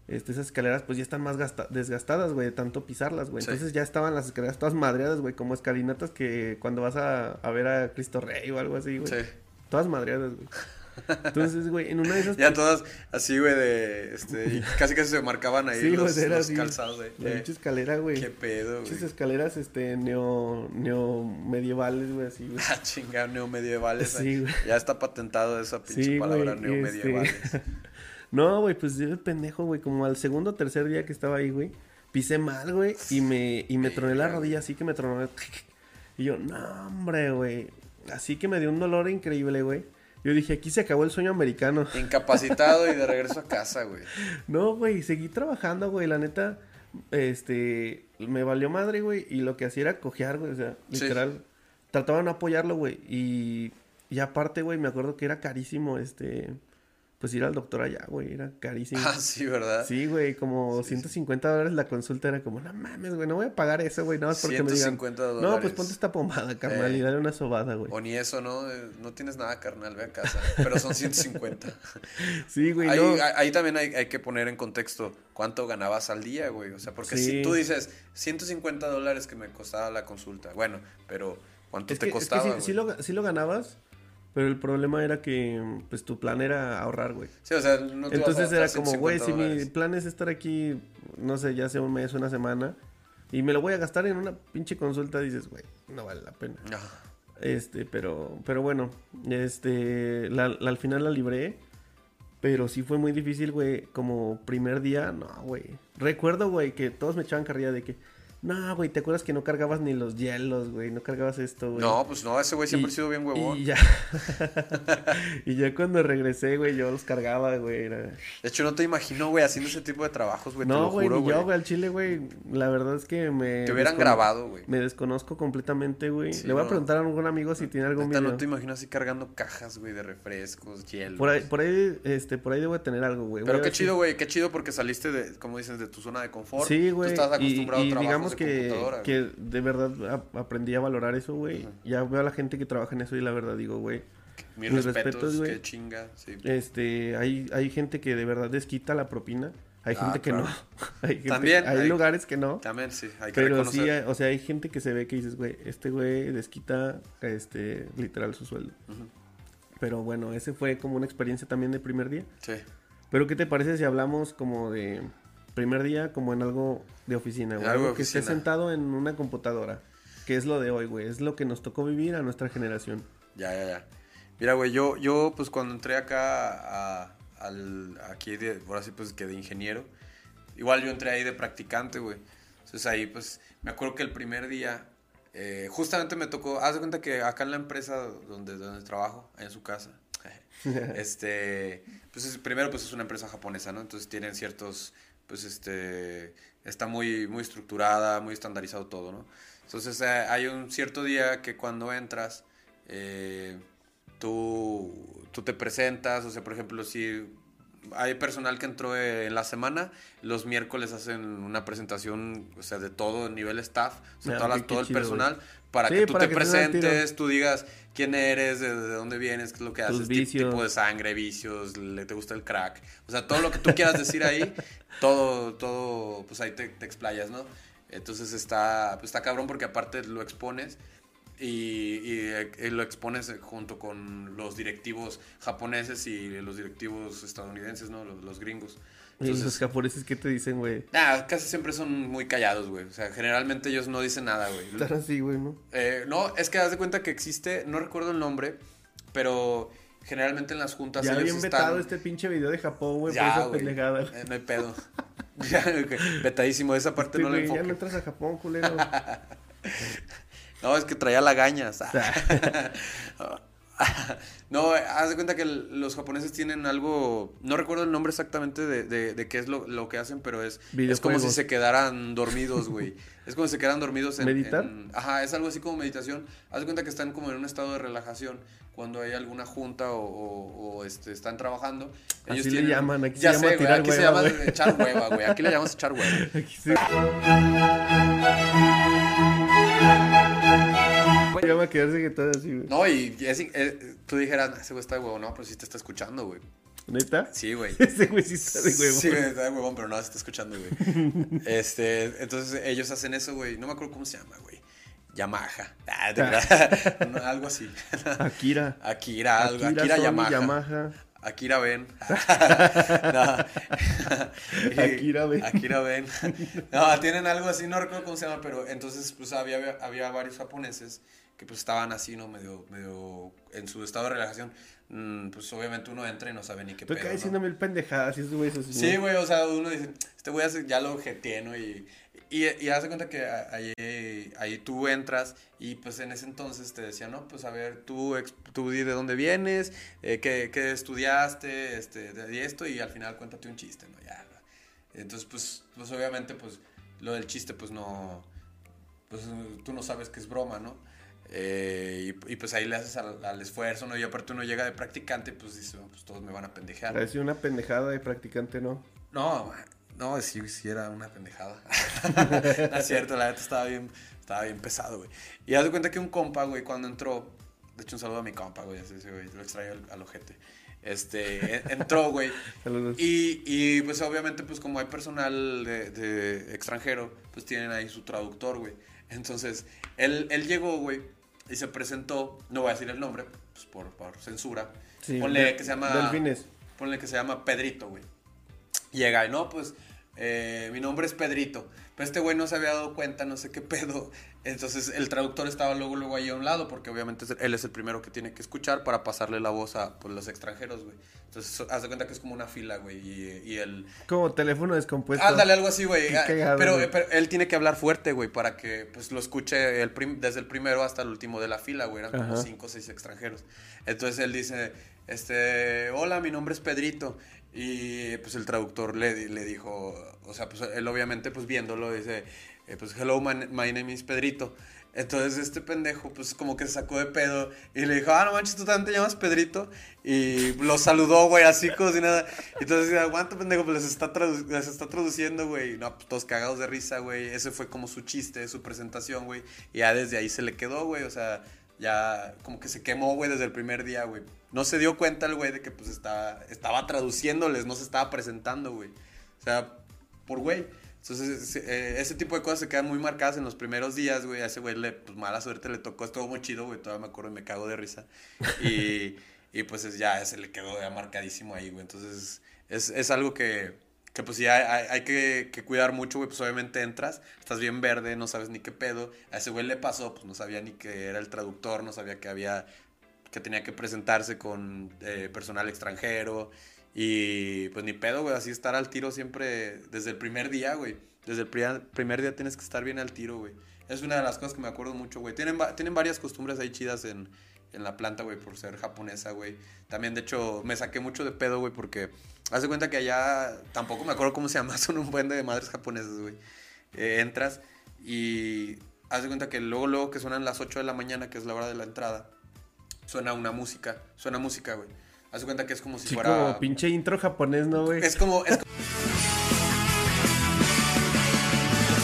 Este, esas escaleras pues ya están más gasta- desgastadas, güey, de tanto pisarlas, güey. Sí. Entonces ya estaban las escaleras todas madreadas, güey, como escalinatas que cuando vas a, a ver a Cristo Rey o algo así, güey. Sí. Todas madreadas, güey. Entonces, güey, en una de esas... Ya todas así, güey, de. Este, y casi casi se marcaban ahí Sí, güey, los, era los así, calzados, güey. La Eh, pinche escalera, güey. Qué pedo, güey. Pinches [laughs] escaleras, este, neo, neo medievales, güey, así, güey. Ah, chingado, neomedievales. Sí, güey. Ya está patentado esa pinche Sí, palabra, güey, y este- [laughs] neomedievales. No, güey, pues yo de pendejo, güey, como al segundo o tercer día que estaba ahí, güey, pisé mal, güey, y me, y me troné la Verga, rodilla, así que me [laughs] tronó. Y yo, no, hombre, güey. Así que me dio un dolor increíble, güey. Yo dije, aquí se acabó el sueño americano. Incapacitado y de regreso a casa, güey. No, güey, seguí trabajando, güey, la neta, este, me valió madre, güey, y lo que hacía era cojear, güey, o sea, Sí. literal, trataba de no apoyarlo, güey, y, y aparte, güey, me acuerdo que era carísimo, este, pues ir al doctor allá, güey, era [laughs] carísimo. [laughs] Ah, sí, ¿verdad? Sí, güey, como 150 dólares la consulta era como, no mames, güey, no voy a pagar eso, güey, nada más porque me digan, 150 no, pues dólares. ponte esta pomada, carnal, y Eh. dale una sobada, güey. O ni eso, ¿no? Eh, No tienes nada, carnal, ve a casa. Pero son 150. Sí, güey, ahí, no. ahí- ahí también hay, hay que poner en contexto cuánto ganabas al día, güey. O sea, porque Sí. si tú dices 150 dólares que me costaba la consulta, bueno, pero ¿cuánto Es te que, es que costaba? sí- sí, güey? lo, ga- sí lo ganabas, pero el problema era que, pues, tu plan era ahorrar, güey. Sí, o sea, no te Entonces vas a era gastar como, güey, 150 si mi dólares. plan es estar aquí, no sé, ya sea un mes, una semana, y me lo voy a gastar en una pinche consulta, dices, güey, no vale la pena. No. Este, pero, pero bueno, este, la- la- al final la libré, pero sí fue muy difícil, güey, como primer día, no, güey. Recuerdo, güey, que todos me echaban carrilla de que, no, güey, ¿te acuerdas que no cargabas ni los hielos, güey? No cargabas esto, güey. No, pues no, ese güey siempre Y- ha sido bien huevón. Y ya, [laughs] y ya cuando regresé, güey, yo los cargaba, güey. era- De hecho, no te imagino, güey, haciendo ese tipo de trabajos, güey. te No, lo güey, juro, ni yo, güey. güey, al chile, güey, la verdad es que me... Te hubieran descono- grabado, güey. Me desconozco completamente, güey. Sí, Le voy a no. preguntar a algún amigo si tiene algún Neta, video. no te imagino así cargando cajas, güey, de refrescos, hielo. Por ahí, por ahí, este, por ahí debo de tener algo, güey. Voy Pero a qué ver si- chido, güey, qué chido porque saliste de, como dices, de tu zona de confort. Sí, güey. Tú estás y- acostumbrado y, a trabajos digamos de que, computadora. que de verdad ap- aprendí a valorar eso, güey. Ya veo a la gente que trabaja en eso y la verdad digo, güey, Mis, mis respetos, respetos, güey. qué chinga, sí. este, hay, hay gente que de verdad desquita la propina. Hay Ah, gente que claro. no. [laughs] hay gente- También Hay hay- lugares que no. También, sí, hay que Pero sí, reconocer. hay- o sea, hay gente que se ve que dices, güey, este güey desquita, este, literal su sueldo. Ujú. Pero bueno, ese fue como una experiencia también de primer día. Sí. Pero ¿qué te parece si hablamos como de primer día, como en algo de oficina, güey? En algo Algo de que esté oficina. sentado en una computadora, que es lo de hoy, güey, es lo que nos tocó vivir a nuestra generación. Ya, ya, ya. Mira, güey, yo, yo, pues cuando entré acá a- al, aquí, de, ahora sí, pues que de ingeniero, igual yo entré ahí de practicante, güey. Entonces ahí, pues, me acuerdo que el primer día, eh, justamente me tocó, haz de cuenta que acá en la empresa donde, donde trabajo, en su casa, este, pues es- primero, pues es una empresa japonesa, ¿no? Entonces tienen ciertos, pues este, está muy, muy estructurada, muy estandarizado todo, ¿no? Entonces eh, hay un cierto día que cuando entras, eh, tú, tú te presentas, o sea, por ejemplo, si hay personal que entró eh, en la semana, los miércoles hacen una presentación, o sea, de todo, nivel staff, o sea, Ah, todas las- ok, qué todo el chido, güey. personal, para Sí, que tú para te que te den al tiro. presentes, tú digas quién eres, de, de dónde vienes, qué es lo que Tus haces, ti- vicios. tipo de sangre, vicios, le te gusta el crack, o sea, todo lo que tú quieras [laughs] decir ahí, todo, todo, pues ahí te, te explayas, ¿no? Entonces está, pues está cabrón porque aparte lo expones y, y, eh, y lo expones junto con los directivos japoneses y los directivos estadounidenses, ¿no? Los, los gringos. y los Entonces, japoneses, ¿qué te dicen, güey? nah, casi siempre son muy callados, güey. O sea, generalmente ellos no dicen nada, güey. Están así, güey, ¿no? Eh, no, es que haz de cuenta que existe, no recuerdo el nombre, pero generalmente en las juntas Ya ellos bien están... vetado este pinche video de Japón, güey, por esa güey. pendejada, güey. Eh, no hay pedo. [laughs] Ya, ok, vetadísimo, esa parte Sí, no la güey, ya no enfoqué. entras a Japón, culero. [laughs] No, es que traía lagañas. Ah. O sea, [laughs] No, haz de cuenta que el- los japoneses tienen algo, no recuerdo el nombre exactamente de, de- de qué es lo, lo que hacen, pero es, es como Videojuegos. si se quedaran [laughs] dormidos, güey. es como si se quedaran dormidos en... ¿Meditar? en- ajá, es algo así como meditación. Haz de cuenta que están como en un estado de relajación cuando hay alguna junta o, o- o, este, están trabajando. Así le llaman, aquí se llama güey, tirar aquí se hueva, llama güey. echar hueva, güey. Aquí [laughs] le llamamos echar hueva. aquí sí. Ya va a quedarse que todo así, güey. No, y es- eh, tú dijeras, ese güey está de huevo, no, pero sí te está escuchando, güey. ¿Neta? [laughs] Sí, güey. Ese güey sí está de huevo. Sí, güey, está de huevón, pero no se está escuchando, [laughs] güey. este, entonces ellos hacen eso, güey. No me acuerdo cómo se llama, güey. Yamaha. Ah, de verdad. [laughs] No, algo así. Akira. Akira, algo. Ah, Akira, Sony, Yamaha. Yamaha. [laughs] Akira Ben. [laughs] Akira Ben. Akira Ben. [laughs] No, tienen algo así, no recuerdo cómo se llama, pero entonces pues había, había varios japoneses que pues estaban así, ¿no? Medio, medio en su estado de relajación. Mm, Pues obviamente uno entra y no sabe ni qué Tú pedo, acá ¿no? diciendo mil pendejadas y esos güeyes así. Sí, ¿no? güey, o sea, uno dice, este güey hace- ya lo getieno y, Y, y haz de cuenta que a- ahí, ahí tú entras y pues en ese entonces te decían, no, pues a ver, tú, ex- tú di de dónde vienes, eh, qué, qué estudiaste, este, de de esto y al final cuéntate un chiste, ¿no? Ya. Entonces, pues, pues obviamente, pues lo del chiste, pues no, pues tú no sabes que es broma, ¿no? Eh, y, y, pues ahí le haces al, al esfuerzo, ¿no? Y aparte uno llega de practicante, pues dice, "No, pues todos me van a pendejear. Parece una pendejada de practicante, ¿no? No, no, sí, sí era una pendejada. no es cierto, la neta estaba bien, estaba bien pesado, güey. Y haz de cuenta que un compa, güey, cuando entró, de hecho un saludo a mi compa, güey, ese- ese güey, lo extraño al, al ojete. Este, en- entró, güey. Saludos. Y, y, pues obviamente, pues como hay personal de, de extranjero, pues tienen ahí su traductor, güey. Entonces, él, él llegó, güey, y se presentó, no voy a decir el nombre, pues por, por censura. Sí, Ponle de- que se llama... Delfines. Ponle que se llama Pedrito, güey. Llega y no, pues eh, mi nombre es Pedrito. Pero este güey no se había dado cuenta, no sé qué [laughs] pedo. Entonces el traductor estaba luego, luego ahí a un lado, porque obviamente es- él es el primero que tiene que escuchar para pasarle la voz a pues, los extranjeros, güey. Entonces so- haz de cuenta que es como una fila, güey. Y, y el. Como teléfono descompuesto. Ándale, algo así, güey. Qué Ah, Pues cagado, Pero, güey. pero él tiene que hablar fuerte, güey, para que pues lo escuche el prim- desde el primero hasta el último de la fila, güey. Eran como Ajá. cinco o seis extranjeros. Entonces él dice, este, hola, mi nombre es Pedrito. Y pues el traductor le, di- le dijo, o sea, pues él obviamente pues viéndolo dice, eh, pues hello, my, my name is Pedrito. Entonces este pendejo pues como que se sacó de pedo y le dijo, ah, no manches, tú también te llamas Pedrito. Y lo saludó, güey, así como si nada. Entonces dice, aguanta, pendejo, pues les está, tradu- les está traduciendo, güey. No, pues todos cagados de risa, güey. Ese fue como su chiste, su presentación, güey. Y ya desde ahí se le quedó, güey. O sea, ya como que se quemó, güey, desde el primer día, güey. No se dio cuenta el güey de que pues estaba, estaba traduciéndoles, no se estaba presentando, güey. O sea, por güey. Entonces, se- eh, ese tipo de cosas se quedan muy marcadas en los primeros días, güey. A ese güey, le, pues mala suerte le tocó, estuvo muy chido, güey. Todavía me acuerdo y me cago de risa. Y, y pues es- ya se le quedó ya marcadísimo ahí, güey. Entonces, es, es algo que, que pues sí, hay, hay- hay que, que cuidar mucho, güey. Pues obviamente entras, estás bien verde, no sabes ni qué pedo. A ese güey le pasó, pues no sabía ni que era el traductor, no sabía que había que tenía que presentarse con eh, personal extranjero. Y pues ni pedo, güey, así estar al tiro siempre desde el primer día, güey. Desde el pri- primer día tienes que estar bien al tiro, güey. Es una de las cosas que me acuerdo mucho, güey. Tienen, va- tienen varias costumbres ahí chidas en, en la planta, güey, por ser japonesa, güey. También, de hecho, me saqué mucho de pedo, güey, porque hace cuenta que allá tampoco me acuerdo cómo se llama, [laughs] son un buen de madres japonesas, güey. Eh, entras y haz de cuenta que luego, luego que suenan las 8 de la mañana, que es la hora de la entrada, suena una música, suena música, güey. Haz de cuenta que es como si Sí, fuera... como pinche intro japonés, ¿no, güey? Es como, es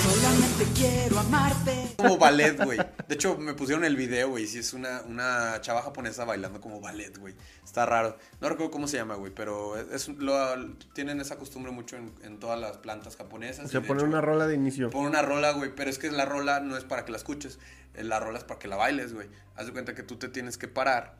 Solamente quiero amarte. como ballet, güey. De hecho, me pusieron el video, güey. Sí, es una, una chava japonesa bailando como ballet, güey. Está raro. No recuerdo cómo se llama, güey, pero es, es lo- tienen esa costumbre mucho en, en todas las plantas japonesas. Se y de pone hecho, una rola de inicio. Pon una rola, güey, pero es que la rola no es para que la escuches, eh, la rola es para que la bailes, güey. Haz de cuenta que tú te tienes que parar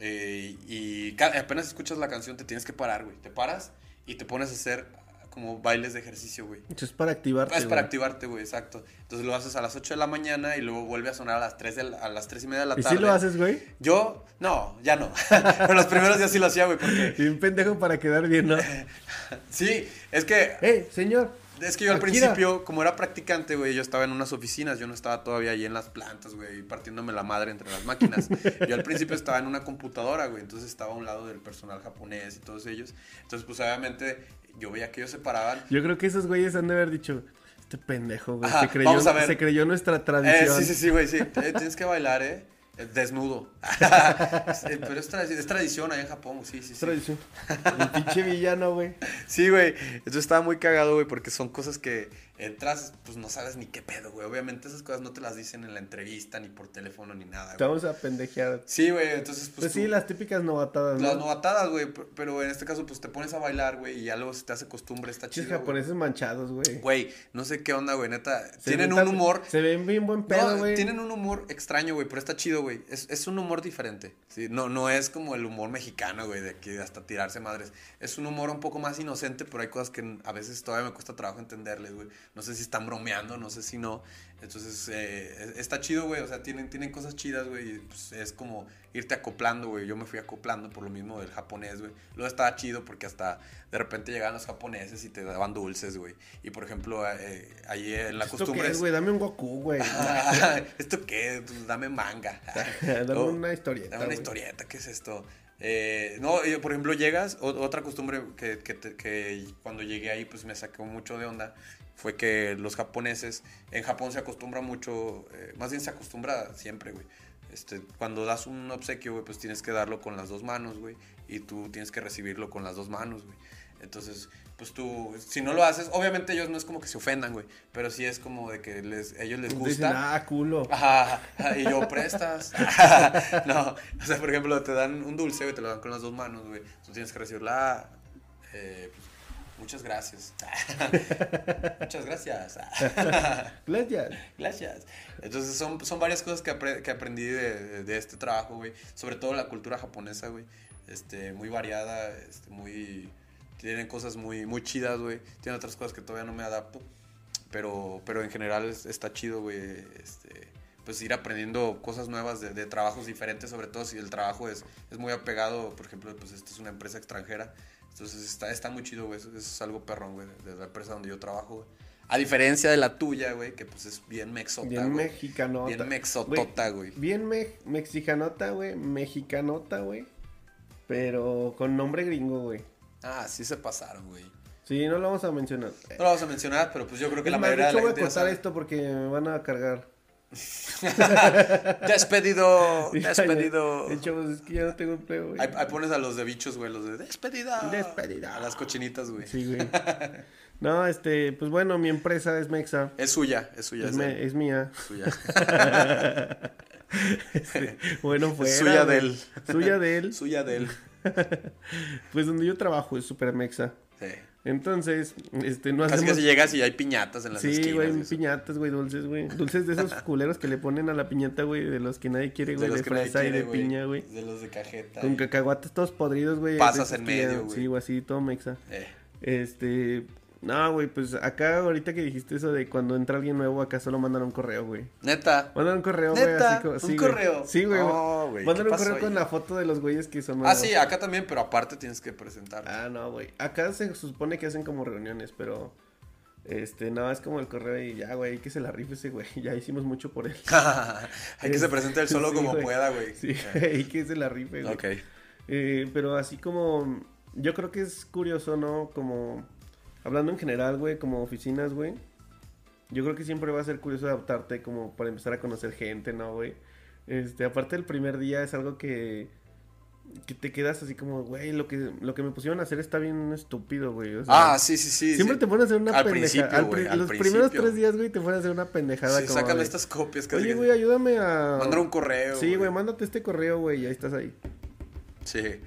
eh, y ca- apenas escuchas la canción te tienes que parar, güey. Te paras y te pones a hacer ah, como bailes de ejercicio, güey. Eso Es para activarte, Es para güey. activarte, güey, exacto. Entonces lo haces a las 8 de la mañana y luego vuelve a sonar a las 3, de la- a las 3 y media de la ¿Y tarde. si lo haces, güey? [laughs] Yo, no, ya no. [laughs] Pero los primeros días sí lo hacía, güey, porque... Y un pendejo para quedar [laughs] bien, ¿no? Sí, es que ¡Eh, señor! es que yo al Akira. principio, como era practicante, güey, yo estaba en unas oficinas, yo no estaba todavía ahí en las plantas, güey, partiéndome la madre entre las máquinas. yo al principio estaba en una computadora, güey, entonces estaba a un lado del personal japonés y todos ellos. Entonces, pues obviamente yo veía que ellos se paraban. Yo creo que esos güeyes han de haber dicho, este pendejo, güey, Ajá, se, creyó, vamos a ver. se creyó nuestra Eh, tradición. sí, sí, sí, güey, sí. Eh, Tienes que bailar, ¿eh? Eh, [laughs] Desnudo. Sí, Pero es, tradi- es tradición allá en Japón, sí, sí, sí. Tradición. El pinche villano, güey. Sí, güey. Entonces estaba muy cagado, güey, porque son cosas que entras, pues no sabes ni qué pedo, güey. Obviamente esas cosas no te las dicen en la entrevista, ni por teléfono, ni nada, Te güey. vamos a pendejear. Sí, güey, entonces, pues. Pues sí, tú- las típicas novatadas, Las ¿no? novatadas, güey, p- pero en este caso, pues te pones a bailar, güey, y ya luego se te hace costumbre, está Pinches chido. güey. japoneses manchados, güey. Güey, no sé qué onda, güey, neta. Se Tienen ven un tan- humor Se ven bien buen no, pedo, güey. tienen un humor extraño, güey, pero está chido, güey. Es, es un humor diferente. ¿sí? No, no es como el humor mexicano, güey, de que hasta tirarse madres. Es un humor un poco más inocente, pero hay cosas que a veces todavía me cuesta trabajo entenderles, güey. No sé si están bromeando, no sé si no. Entonces, eh, es- está chido, güey. O sea, tienen, tienen cosas chidas, güey. y, pues, es como irte acoplando, güey. Yo me fui acoplando por lo mismo del japonés, güey. Luego estaba chido porque hasta de repente llegaban los japoneses y te daban dulces, güey. Y por ejemplo, eh, ahí en la ¿Esto costumbre. qué es, es- güey? Dame un Goku, güey. Ah, [laughs] ¿Esto qué? Pues dame manga. [laughs] Dame O- una historieta, Oh, Dame una güey. historieta, ¿qué es esto? Eh, no, eh, por ejemplo, llegas, o- otra costumbre que, que te- que cuando llegué ahí pues me sacó mucho de onda fue que los japoneses, en Japón se acostumbra mucho, eh, más bien se acostumbra siempre, güey. Este, cuando das un obsequio, güey, pues tienes que darlo con las dos manos, güey, y tú tienes que recibirlo con las dos manos, güey. Entonces, pues tú, si no lo haces, obviamente ellos no es como que se ofendan, güey, pero sí es como de que les, ellos les gusta. Dicen, ah, culo. Ajá, ajá, y yo prestas. [laughs] no, o sea, por ejemplo, te dan un dulce, güey, te lo dan con las dos manos, güey. Tú tienes que recibirla. eh, pues, muchas gracias. [laughs] muchas gracias. [laughs] Gracias. Gracias. Entonces son, son varias cosas que, apre- que aprendí de, de- de este trabajo, güey. Sobre todo la cultura japonesa, güey. Este, muy variada, este, muy... Tienen cosas muy, muy chidas, güey. Tienen otras cosas que todavía no me adapto. Pero, pero en general es- está chido, güey. Este, pues ir aprendiendo cosas nuevas de, de trabajos diferentes, sobre todo si el trabajo es, es muy apegado. Por ejemplo, pues esta es una empresa extranjera. Entonces está, está muy chido, güey. Eso, eso es algo perrón, güey, de, de la empresa donde yo trabajo, güey. A diferencia de la tuya, güey, que pues es bien mexota, Bien güey. mexicanota. Bien mexotota, güey. Bien me- mexicanota, güey. Mexicanota, güey. Pero con nombre gringo, güey. Ah, sí se pasaron, güey. Sí, no lo vamos a mencionar. No lo vamos a mencionar, pero pues yo creo que Eh. Es la más, mayoría de de hecho voy la a gente ya cortar sabe. esto porque me van a cargar. [laughs] Despedido, Híjole, despedido. De hecho, pues, es que ya no tengo empleo, güey. Ahí, ahí pones a los de bichos, güey, los de despedida. Despedida. A las cochinitas, güey. Sí, [laughs] güey. No, este, pues bueno, mi empresa es Mexa. Es suya, es suya. Es, Es, me- [laughs] de él, es [laughs] mía. es suya. Este, Bueno, fue. Suya de él. Suya de [laughs] él. Es suya de él. Pues donde yo trabajo es Super Mexa. Sí. Entonces, este, no Casi hacemos... casi llegas y hay piñatas en las Sí, esquinas. güey, y eso. piñatas, güey, dulces, güey. Dulces de [laughs] esos culeros que le ponen a la piñata, güey, de los que nadie quiere, De güey, los de, que nadie fresa y quiere, de piña, güey. De los de cajeta. Con y- cacahuates todos podridos, güey. de Pasas esos en que ya- medio, güey. Sí, güey, así, todo mexa. Eh, Este, no, güey, pues acá ahorita que dijiste eso de cuando entra alguien nuevo, acá solo mandan un correo, güey. Neta. Mandan un correo, güey. ¿Neta? así como- ¿Un sí, güey. correo? Sí, güey. No, güey, mandan ¿qué un pasó correo ahí? con la foto de los güeyes que son Ah, nuevos. sí, acá también, pero aparte tienes que presentar. Ah, no, güey. Acá se supone que hacen como reuniones, pero. Este, nada, es como el correo y ya, güey, que se la rife ese güey. [laughs] Ya hicimos mucho por él. [laughs] [laughs] Hay que se presente él solo Ah. Sí, como güey. pueda, güey. Sí, Eh, y que se la rife, güey. Ok. Eh, pero así como. Yo creo que es curioso, ¿no? Como. Hablando en general, güey, como oficinas, güey. Yo creo que siempre va a ser curioso adaptarte como para empezar a conocer gente, ¿no, güey? Este, aparte el primer día es algo que. Que te quedas así como, güey, lo que, lo que me pusieron a hacer está bien estúpido, güey. o sea, Ah, sí, sí, sí. Siempre sí. te ponen a hacer una Al pendejada. principio, güey, al los primeros principio. tres días, güey, te ponen a hacer una pendejada. Sí, como sácame de, estas copias que Oye, alguien- güey, ayúdame a. Mandar un correo. Sí, güey, mándate este correo, güey, y ahí estás ahí. Sí.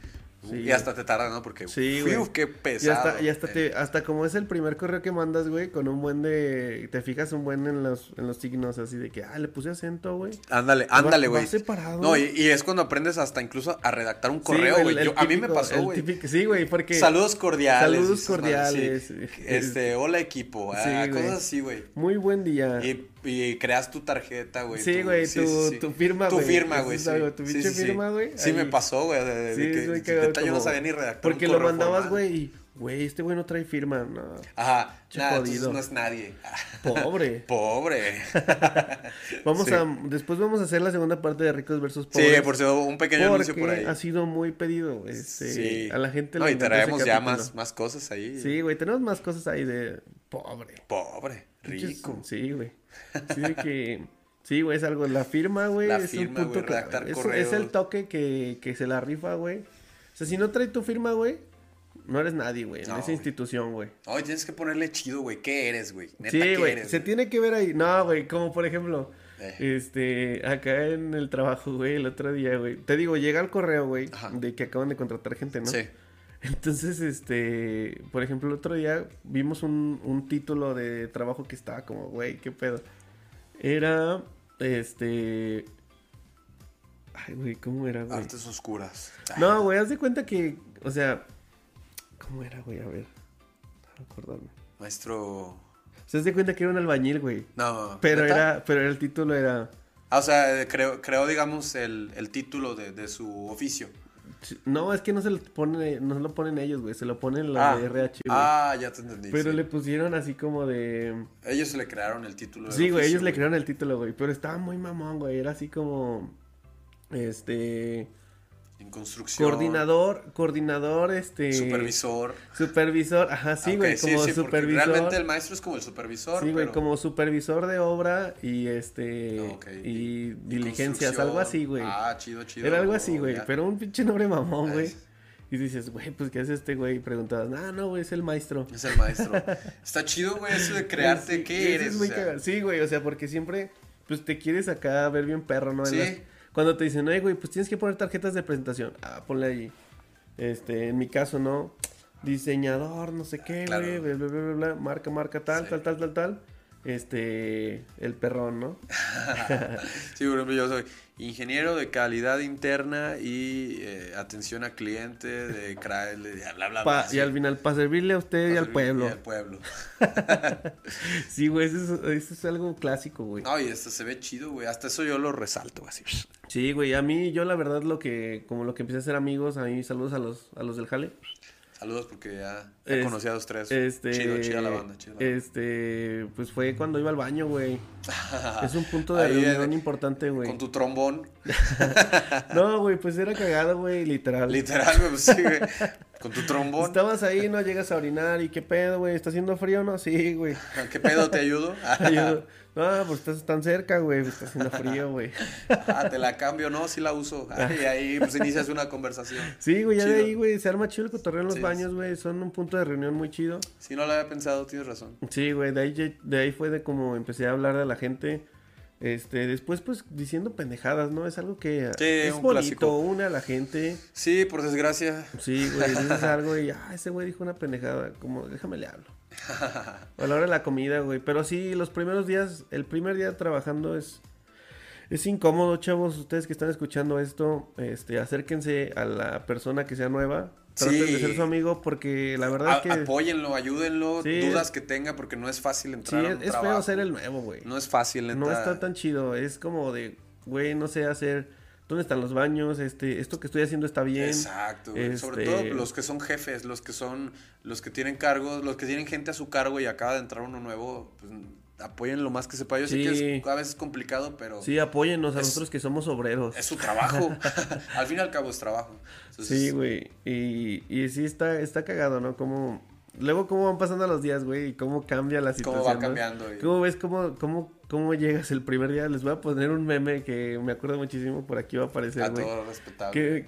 Sí, Y hasta te tarda, ¿no? Porque. Sí, Uy, güey. qué Y pesado. Eh, hasta, y hasta, te, hasta como es el primer correo que mandas, güey, con un buen de... Te fijas un buen en los, en los signos, así de que, ah, le puse acento, güey. Ándale, ándale, Va- va güey. separado. No, y, y es cuando aprendes hasta incluso a redactar un Sí, correo, güey. el- el Yo- a mí me típico- pasó, el güey. típico- Sí, güey, porque... Saludos cordiales. Saludos esas madres, sí. cordiales. Este, hola equipo. Sí, ah, güey. cosas así, güey. Muy buen día. Y, y creas tu tarjeta, güey. Sí, tu- güey, tu- sí, sí. tu firma, Tu güey. firma, Eso güey. es sí. algo, tu Sí, pinche sí, sí. firma, güey, Sí, me ahí. pasó, güey. de- de- Sí, de es que- muy neta, cagado Yo no como- sabía ni redactar. un Porque lo correo mandabas, formal. güey, y, güey, este güey no trae firma, no. Ajá. Che Nada, entonces jodido. no es nadie. [laughs] Pobre. Pobre. Vamos [laughs] Sí. a... Después vamos a hacer la segunda parte de Ricos versus Sí, Pobres. por si un pequeño anuncio por Porque ahí. ha sido muy pedido. Este, Sí. A la gente No, le y encantó ese traemos ya capítulo. más, más cosas ahí. Sí, güey, tenemos más cosas ahí de pobre. Pobre, rico. Sí, güey. Sí, de [laughs] que. Sí, güey, es algo. La firma, güey, La es firma, un punto güey, clave. redactar Es, correos. es el toque que, que se la rifa, güey. O sea, si no trae tu firma, güey, no eres nadie, güey, en No, esa güey. institución, güey. Ay, tienes que ponerle chido, güey. ¿Qué eres, güey? Neta, Sí, ¿qué güey, eres, se güey? tiene que ver ahí. No, güey, como por ejemplo, Eh. este, acá en el trabajo, güey, el otro día, güey. Te digo, llega el correo, güey, Ajá. de que acaban de contratar gente, ¿no? Sí. Entonces, este, por ejemplo, el otro día vimos un, un título de trabajo que estaba como, güey, qué pedo. Era, este... Ay, güey, ¿cómo era, güey? Artes oscuras. No, güey, haz de cuenta que, o sea, ¿cómo era, güey? A ver, no acordarme. Maestro. Se hace cuenta que era un albañil, güey. No. Pero ¿neta? era, pero el título era. Ah, o sea, creó, creó digamos, el, el título de, de su oficio. No, es que no se lo ponen, no se lo ponen ellos, güey. Se lo ponen la ah, de RH, güey. Ah, ya te entendí. pero sí. le pusieron así como de. Ellos le crearon el título. del Sí, güey, oficio, ellos le crearon el título, güey. Pero estaba muy mamón, güey. Era así como. Este. En construcción. Coordinador, coordinador, este. Supervisor. Supervisor, ajá, sí, Ah, güey, ok, como sí, porque supervisor. Realmente el maestro es como el supervisor. Sí, güey, pero- como supervisor de obra y este. Ah, ok. Y, diligencias, construcción. algo así, güey. Ah, chido, chido. Era algo así, güey. ya. Pero un pinche nombre mamón, Ah, güey. es- Y dices, güey, pues ¿qué hace este güey? Y preguntabas, ah, no, güey, es el maestro. Es [laughs] el maestro. Está chido, güey, eso de crearte. Sí, eso ¿Qué es eres? muy O sea, cagado. Sí, güey, o sea, porque siempre, pues te quieres acá ver bien perro, ¿no? En Sí. las- Cuando te dicen, oye, güey, pues tienes que poner tarjetas de presentación. Ah, ponle ahí. Este, en mi caso, ¿no? Diseñador, no sé qué, Claro. güey, bla, bla, bla, bla, bla, marca, marca, tal, Sí. tal, tal, tal, tal. Este, el perrón, ¿no? sí, por ejemplo, yo soy ingeniero de calidad interna y eh, atención a cliente de CRAEL, de- bla, bla, bla. Pa- Ah, sí. y al final, para servirle a usted y al pueblo. Y al pueblo. Sí, güey, eso es, eso es algo clásico, güey. No, y esto se ve chido, güey. Hasta eso yo lo resalto, así. Sí, güey, a mí, yo la verdad, lo que, como lo que empecé a hacer amigos, a mí, saludos a los, a los del jale. Saludos porque ya, ya Es- conocí a los tres. Este, Chido, chida la banda, chida la banda. Este, pues fue cuando iba al baño, [laughs] güey. Es un punto de Ahí, reunión eh, importante, güey. Con tu trombón. No, güey, pues era cagado, güey, literal. Literal, güey, pues sí, güey. Con tu trombón. Estabas ahí, no llegas a orinar y qué pedo, güey, ¿está haciendo frío o no? Sí, güey. ¿Qué pedo [laughs] te ayudo? Y [laughs] yo, No, pues estás tan cerca, güey, pues está haciendo frío, güey. Ah, te la cambio, no, sí la uso. Ah, Y ahí pues inicias una conversación. Sí, güey, ya de Chido. ahí, güey, se arma chido el cotorreo en los Sí, baños, güey, son un punto de reunión muy chido. Si no lo había pensado, tienes razón. Sí, güey, de ahí, ye- de ahí fue de como empecé a hablar de la gente. Este, después, pues, diciendo pendejadas, ¿no? Es algo que Sí, es un bonito, clásico. une a la gente. Sí, por desgracia. Sí, [laughs] güey, dices algo y, ah, ese güey dijo una pendejada, como, déjame le [laughs] hablo. O a la hora de la comida, güey. Pero sí, los primeros días, el primer día trabajando es, es incómodo, chavos. Ustedes que están escuchando esto, este, acérquense a la persona que sea nueva. Traten de Sí. ser su amigo porque la verdad A- es que... Apóyenlo, ayúdenlo, Sí, dudas es- que tenga, porque no es fácil sí, entrar a es, un es feo trabajo. ser el nuevo, güey. No es fácil entrar. No está tan chido, es como de, güey, no sé hacer, ¿dónde están los baños? Este, esto que estoy haciendo está bien. Exacto, güey. sobre Este, todo los que son jefes, los que son, los que tienen cargos, los que tienen gente a su cargo y acaba de entrar uno nuevo, pues apoyen lo más que sepa. Yo sé que Sí. es a veces complicado, pero Sí, apóyennos a Es- nosotros que somos obreros. es [laughs] su trabajo. al fin y al cabo es trabajo. Entonces, Sí, güey. Y, y sí está, está cagado, ¿no? Como, luego cómo van pasando los días, güey, y cómo cambia la Cómo situación. va ¿no? cambiando, y- ¿Cómo ves cómo, cómo, cómo llegas el primer día? Les voy a poner un meme que me acuerdo muchísimo, por aquí va a aparecer, a güey. todo respetable.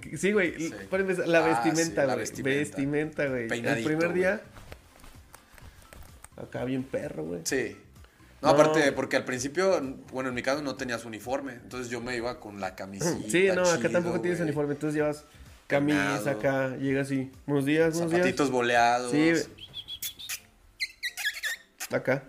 Que, que- sí, güey. Sí. para empezar, la Ah, vestimenta, sí, güey. la vestimenta. vestimenta. güey. El Peinadito, primer güey. día. Acá bien perro, güey. Sí. No, No. aparte, porque al principio, bueno, en mi caso no tenías uniforme, entonces yo me iba con la camisita. [clears throat] Sí, no, acá chido, tampoco tienes güey. uniforme, entonces llevas camisa Peinado. acá, llegas así. Buenos días, buenos Zapatitos boleados. días. Sí. Acá.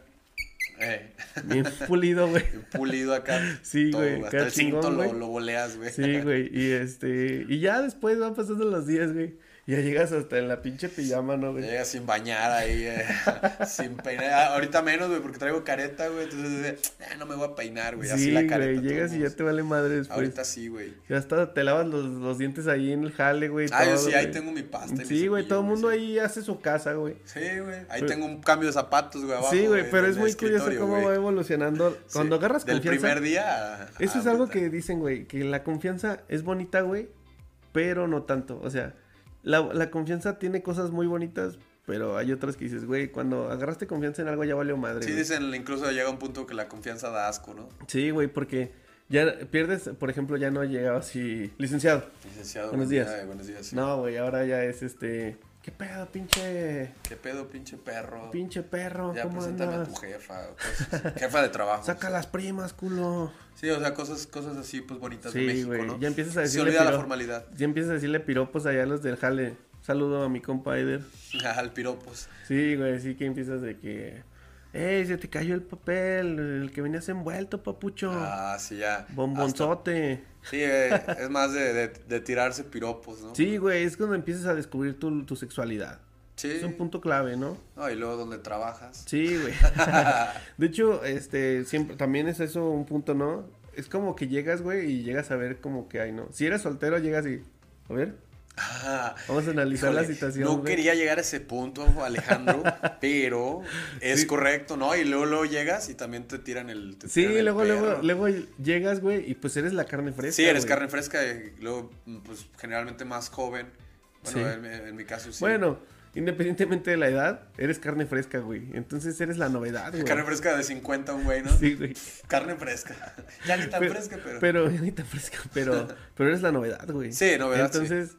eh, [laughs] Bien [laughs] pulido, güey. pulido acá. Sí, todo, güey, Hasta cada el cinto chingón, lo, güey. lo boleas, güey. Sí, güey. Y este. Y ya después van pasando los días, güey. Ya llegas hasta en la pinche pijama, ¿no, güey? Llega sin bañar ahí, eh, [laughs] sin peinar. Ah, Ahorita menos, güey, porque traigo careta, güey. Entonces, eh, ah, no me voy a peinar, güey. Así sí, la careta. güey. todo Llegas y ya mundo. te vale madre después. Ahorita sí, güey. Ya hasta te lavas los, los dientes ahí en el jale, güey. Ah, yo todo, sí, ahí güey. tengo mi pasta. y mi Sí, güey, cepillo, todo el mundo sí. ahí hace su casa, güey. Sí, güey. Ahí Pero- tengo un cambio de zapatos, güey, abajo. Sí, güey, pero del es muy curioso escritorio, cómo güey. va evolucionando. Sí, Cuando agarras Del confianza. primer día. Ah, a- Eso es a algo ahorita. que dicen, güey, que la confianza es bonita, güey, pero no tanto. O sea, la, la confianza tiene cosas muy bonitas, pero hay otras que dices, güey, cuando agarraste confianza en algo ya valió madre. Sí, güey. dicen, incluso llega un punto que la confianza da asco, ¿no? Sí, güey, porque ya pierdes, por ejemplo, ya no llegaba así, licenciado. Licenciado. Buenos buen días. día, eh, buenos días. sí. No, güey, ahora ya es este, ¿qué pedo, pinche, ¿Qué pedo, pinche perro? pinche perro? ya ¿Cómo preséntame andas? a tu jefa. o cosas así. [laughs] Jefa de trabajo. Saca o sea. las primas, culo. Sí, o sea, cosas, cosas así, pues bonitas Sí, de México, güey, ¿no? ya empiezas a Se decirle olvida la piro- formalidad. [laughs] Ya empiezas a decirle piropos allá a los del jale. Saludo a mi compa Eder. Al piropos. Sí, güey, sí que empiezas de que. ¡Ey, se te cayó el papel! El que venías envuelto, papucho. Ah, sí, ya. Bombonzote. Hasta- Sí, eh, es más de, de- de tirarse piropos, ¿no? Sí, güey, es cuando empiezas a descubrir tu, tu sexualidad. Sí. Es un punto clave, ¿no? No, y luego donde trabajas. [laughs] Sí, güey. [laughs] de hecho, este, siempre, también es eso un punto, ¿no? Es como que llegas, güey, y llegas a ver como que hay, ¿no? Si eres soltero, llegas y, a ver, Ah, vamos a analizar la híjole, situación, No güey. quería llegar a ese punto, [laughs] Alejandro, pero es correcto, ¿no? Y luego, luego llegas y también te tiran el. te Sí, tiran el luego, luego, perro. luego llegas, güey, y pues eres la carne fresca, Sí, eres güey. carne fresca y luego, mm, pues generalmente más joven. Bueno, Sí. en, mi- en mi caso sí. Bueno, independientemente de la edad, eres carne fresca, güey. Entonces eres la novedad, güey. Carne fresca de 50, un güey, ¿no? Sí, güey. Carne fresca. [laughs] Ya ni tan Pero- fresca, pero. Pero, [laughs] ni tan fresca, [laughs] pero, pero eres la novedad, güey. Sí, novedad, sí. Entonces,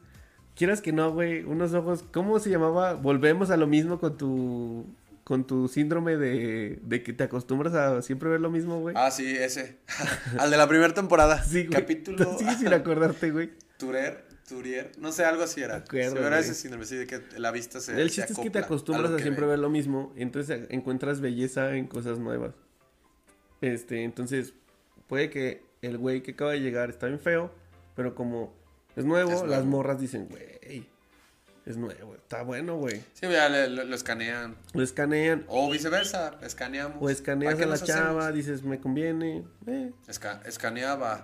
quieras que no, güey, unos ojos, ¿cómo se llamaba? Volvemos a lo mismo con tu, con tu síndrome de, de que te acostumbras a siempre ver lo mismo, güey. Ah, sí, ese. [laughs] Al de la primera temporada. sí, güey. Capítulo. [laughs] Sí, sin acordarte, güey. Turer, Turier. No sé, algo así era. De acuerdo, Sí, era ese güey. síndrome, sí, de que la vista se. El se chiste es que te Este, acopla acostumbras lo a que siempre ve. ver lo mismo, entonces a- encuentras belleza en cosas nuevas. Este, entonces puede que el güey que acaba de llegar está bien feo, pero como es nuevo, Es nuevo. las morras dicen, güey, es nuevo, está bueno, güey. Sí, ya le- lo, lo escanean. Lo escanean O viceversa, escaneamos. o escaneas ¿Para qué a la nos hacemos? chava, Ah, dices, me conviene. eh. Esca- escaneaba.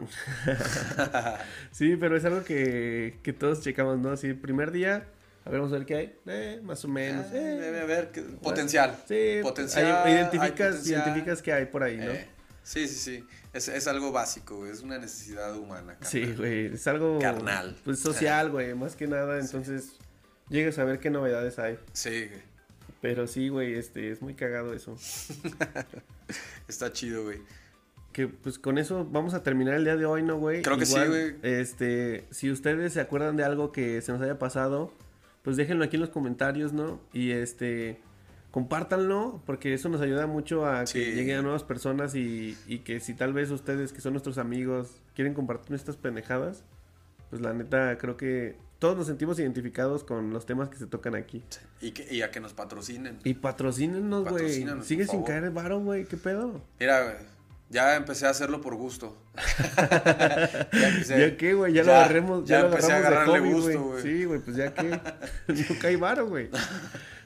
Sí, pero es algo que, que todos checamos, ¿no? Así, primer día, a ver, vamos a ver qué hay. Eh, más o menos. Ah, eh. debe haber que- potencial. Sí, potencial. ahí hay identificas, potencial. identificas que hay por ahí, ¿no? Eh, sí, sí, sí. Es, es algo básico, güey, Es una necesidad humana. carnal. Sí, güey, es algo Carnal. [laughs] pues social, güey, más que nada, entonces llegas a ver qué novedades hay. Sí, güey. Pero sí, güey, este es muy cagado eso. Está chido, güey. Que pues con eso vamos a terminar el día de hoy, ¿no, güey? Creo que sí, güey. Este, si ustedes se acuerdan de algo que se nos haya pasado, pues déjenlo aquí en los comentarios, ¿no? Y este, compártanlo, porque eso nos ayuda mucho a que Sí. lleguen a nuevas personas y, y que si tal vez ustedes, que son nuestros amigos, quieren compartir estas pendejadas, pues la neta, creo que todos nos sentimos identificados con los temas que se tocan aquí. Y, que- y a que nos patrocinen. Y patrocínenos, güey. Patrocínanos, Sigue por sin favor. caer el varo, güey, ¿qué pedo? Mira, güey, ya empecé a hacerlo [laughs] por gusto. ya, empecé- ¿Ya qué, güey? Ya, lo ya- agarremos, ya, ya lo empecé a agarramos de agarrarle hobby, gusto, güey. güey. Sí, güey, pues [laughs] ya qué. [laughs] Nunca hay varo, güey.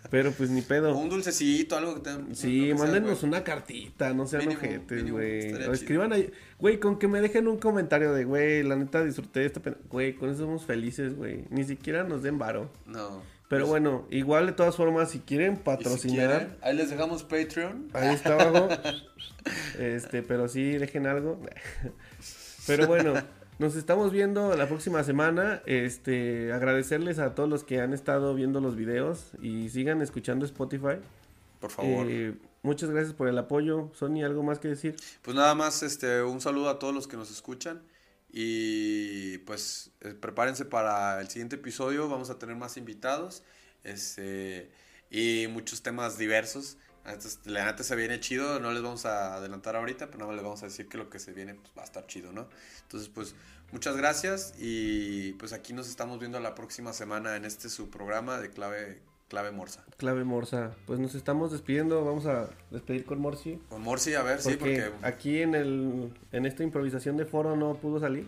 Pero pues ni pedo. Un dulcecito, algo que te... Sí, lo que sea, mándenos güey. una cartita, no sean Mínimo, ojetes, mínimo, güey. estaría O chido. escriban ahí, güey, con que me dejen un comentario de, güey, la neta disfruté esta pena. Güey, con eso somos felices, güey. Ni siquiera nos den varo. No. Pero bueno, igual de todas formas, si quieren Pues Y si patrocinar, quieren, ahí les dejamos Patreon. ahí está abajo. este, pero sí, dejen algo. Pero bueno, nos estamos viendo la próxima semana. Este, agradecerles a todos los que han estado viendo los videos y sigan escuchando Spotify. Por favor. Eh, muchas gracias por el apoyo. Sony, ¿algo más que decir? Pues nada más, este, un saludo a todos los que nos escuchan y pues eh, prepárense para el siguiente episodio, vamos a tener más invitados, este, y muchos temas diversos. Entonces, la neta se viene chido, no les vamos a adelantar ahorita, pero nada más les vamos a decir que lo que se viene pues, va a estar chido, ¿no? Entonces, pues muchas gracias y pues aquí nos estamos viendo la próxima semana en este su programa de clave clave morsa. Clave Morsa. Pues nos estamos despidiendo. Vamos a despedir con Morsi. Con Morsi, a ver, sí, Porque porque aquí en el en esta improvisación de foro no pudo salir.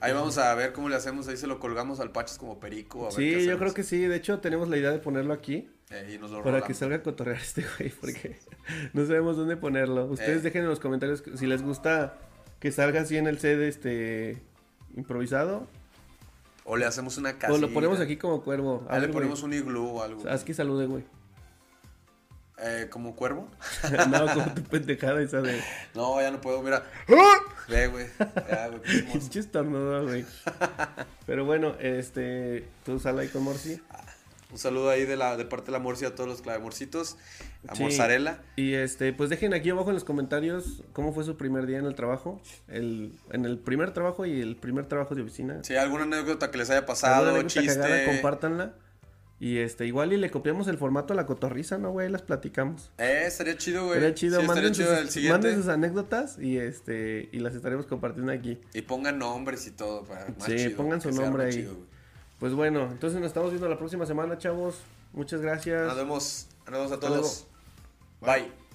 Ahí vamos a ver cómo le hacemos, ahí se lo colgamos al Pachas como perico. A ver qué Sí, yo hacemos. creo que sí. De hecho, tenemos la idea de ponerlo aquí. Eh, y nos lo Para que rolamos. salga a cotorrear este güey, porque [laughs] no sabemos dónde ponerlo. Ustedes Eh. dejen en los comentarios que- si les gusta que salga así en el set este improvisado. O le hacemos una casita. O lo ponemos aquí como cuervo. A Ahí le ver, ponemos güey. un iglú o algo. Haz que salude, [laughs] güey. [laughs] Eh, ¿Como cuervo? no, como tu pendejada esa de No, ya no puedo, mira. ¡Ah! Ve, güey. Ya, güey, [laughs] pinche morso. pinche estornudo, [laughs] güey. Pero bueno, este, tú sal ahí con Morsi. Ah. Un saludo ahí de, la, de parte de la Morsi a todos los clavemorcitos. A Sí. Morzarela. Y este, pues dejen aquí abajo en los comentarios cómo fue su primer día en el trabajo, el en el primer trabajo y el primer trabajo de oficina. Sí, alguna anécdota que les haya alguna pasado, anécdota chiste. cagada, compártanla. Y este, igual y le copiamos el formato a la cotorriza, ¿no, güey? Las platicamos. eh, estaría chido, güey. Estaría chido, Sí, estaría manden, chido el sus, manden siguiente. sus anécdotas y este, y las estaremos compartiendo aquí. Y pongan nombres y todo. Para, más Sí, chido, pongan su que se arme nombre ahí. chido, güey. Pues bueno, entonces nos estamos viendo la próxima semana, chavos. Muchas gracias. Nos vemos. Nos vemos a Hasta todos. Bye.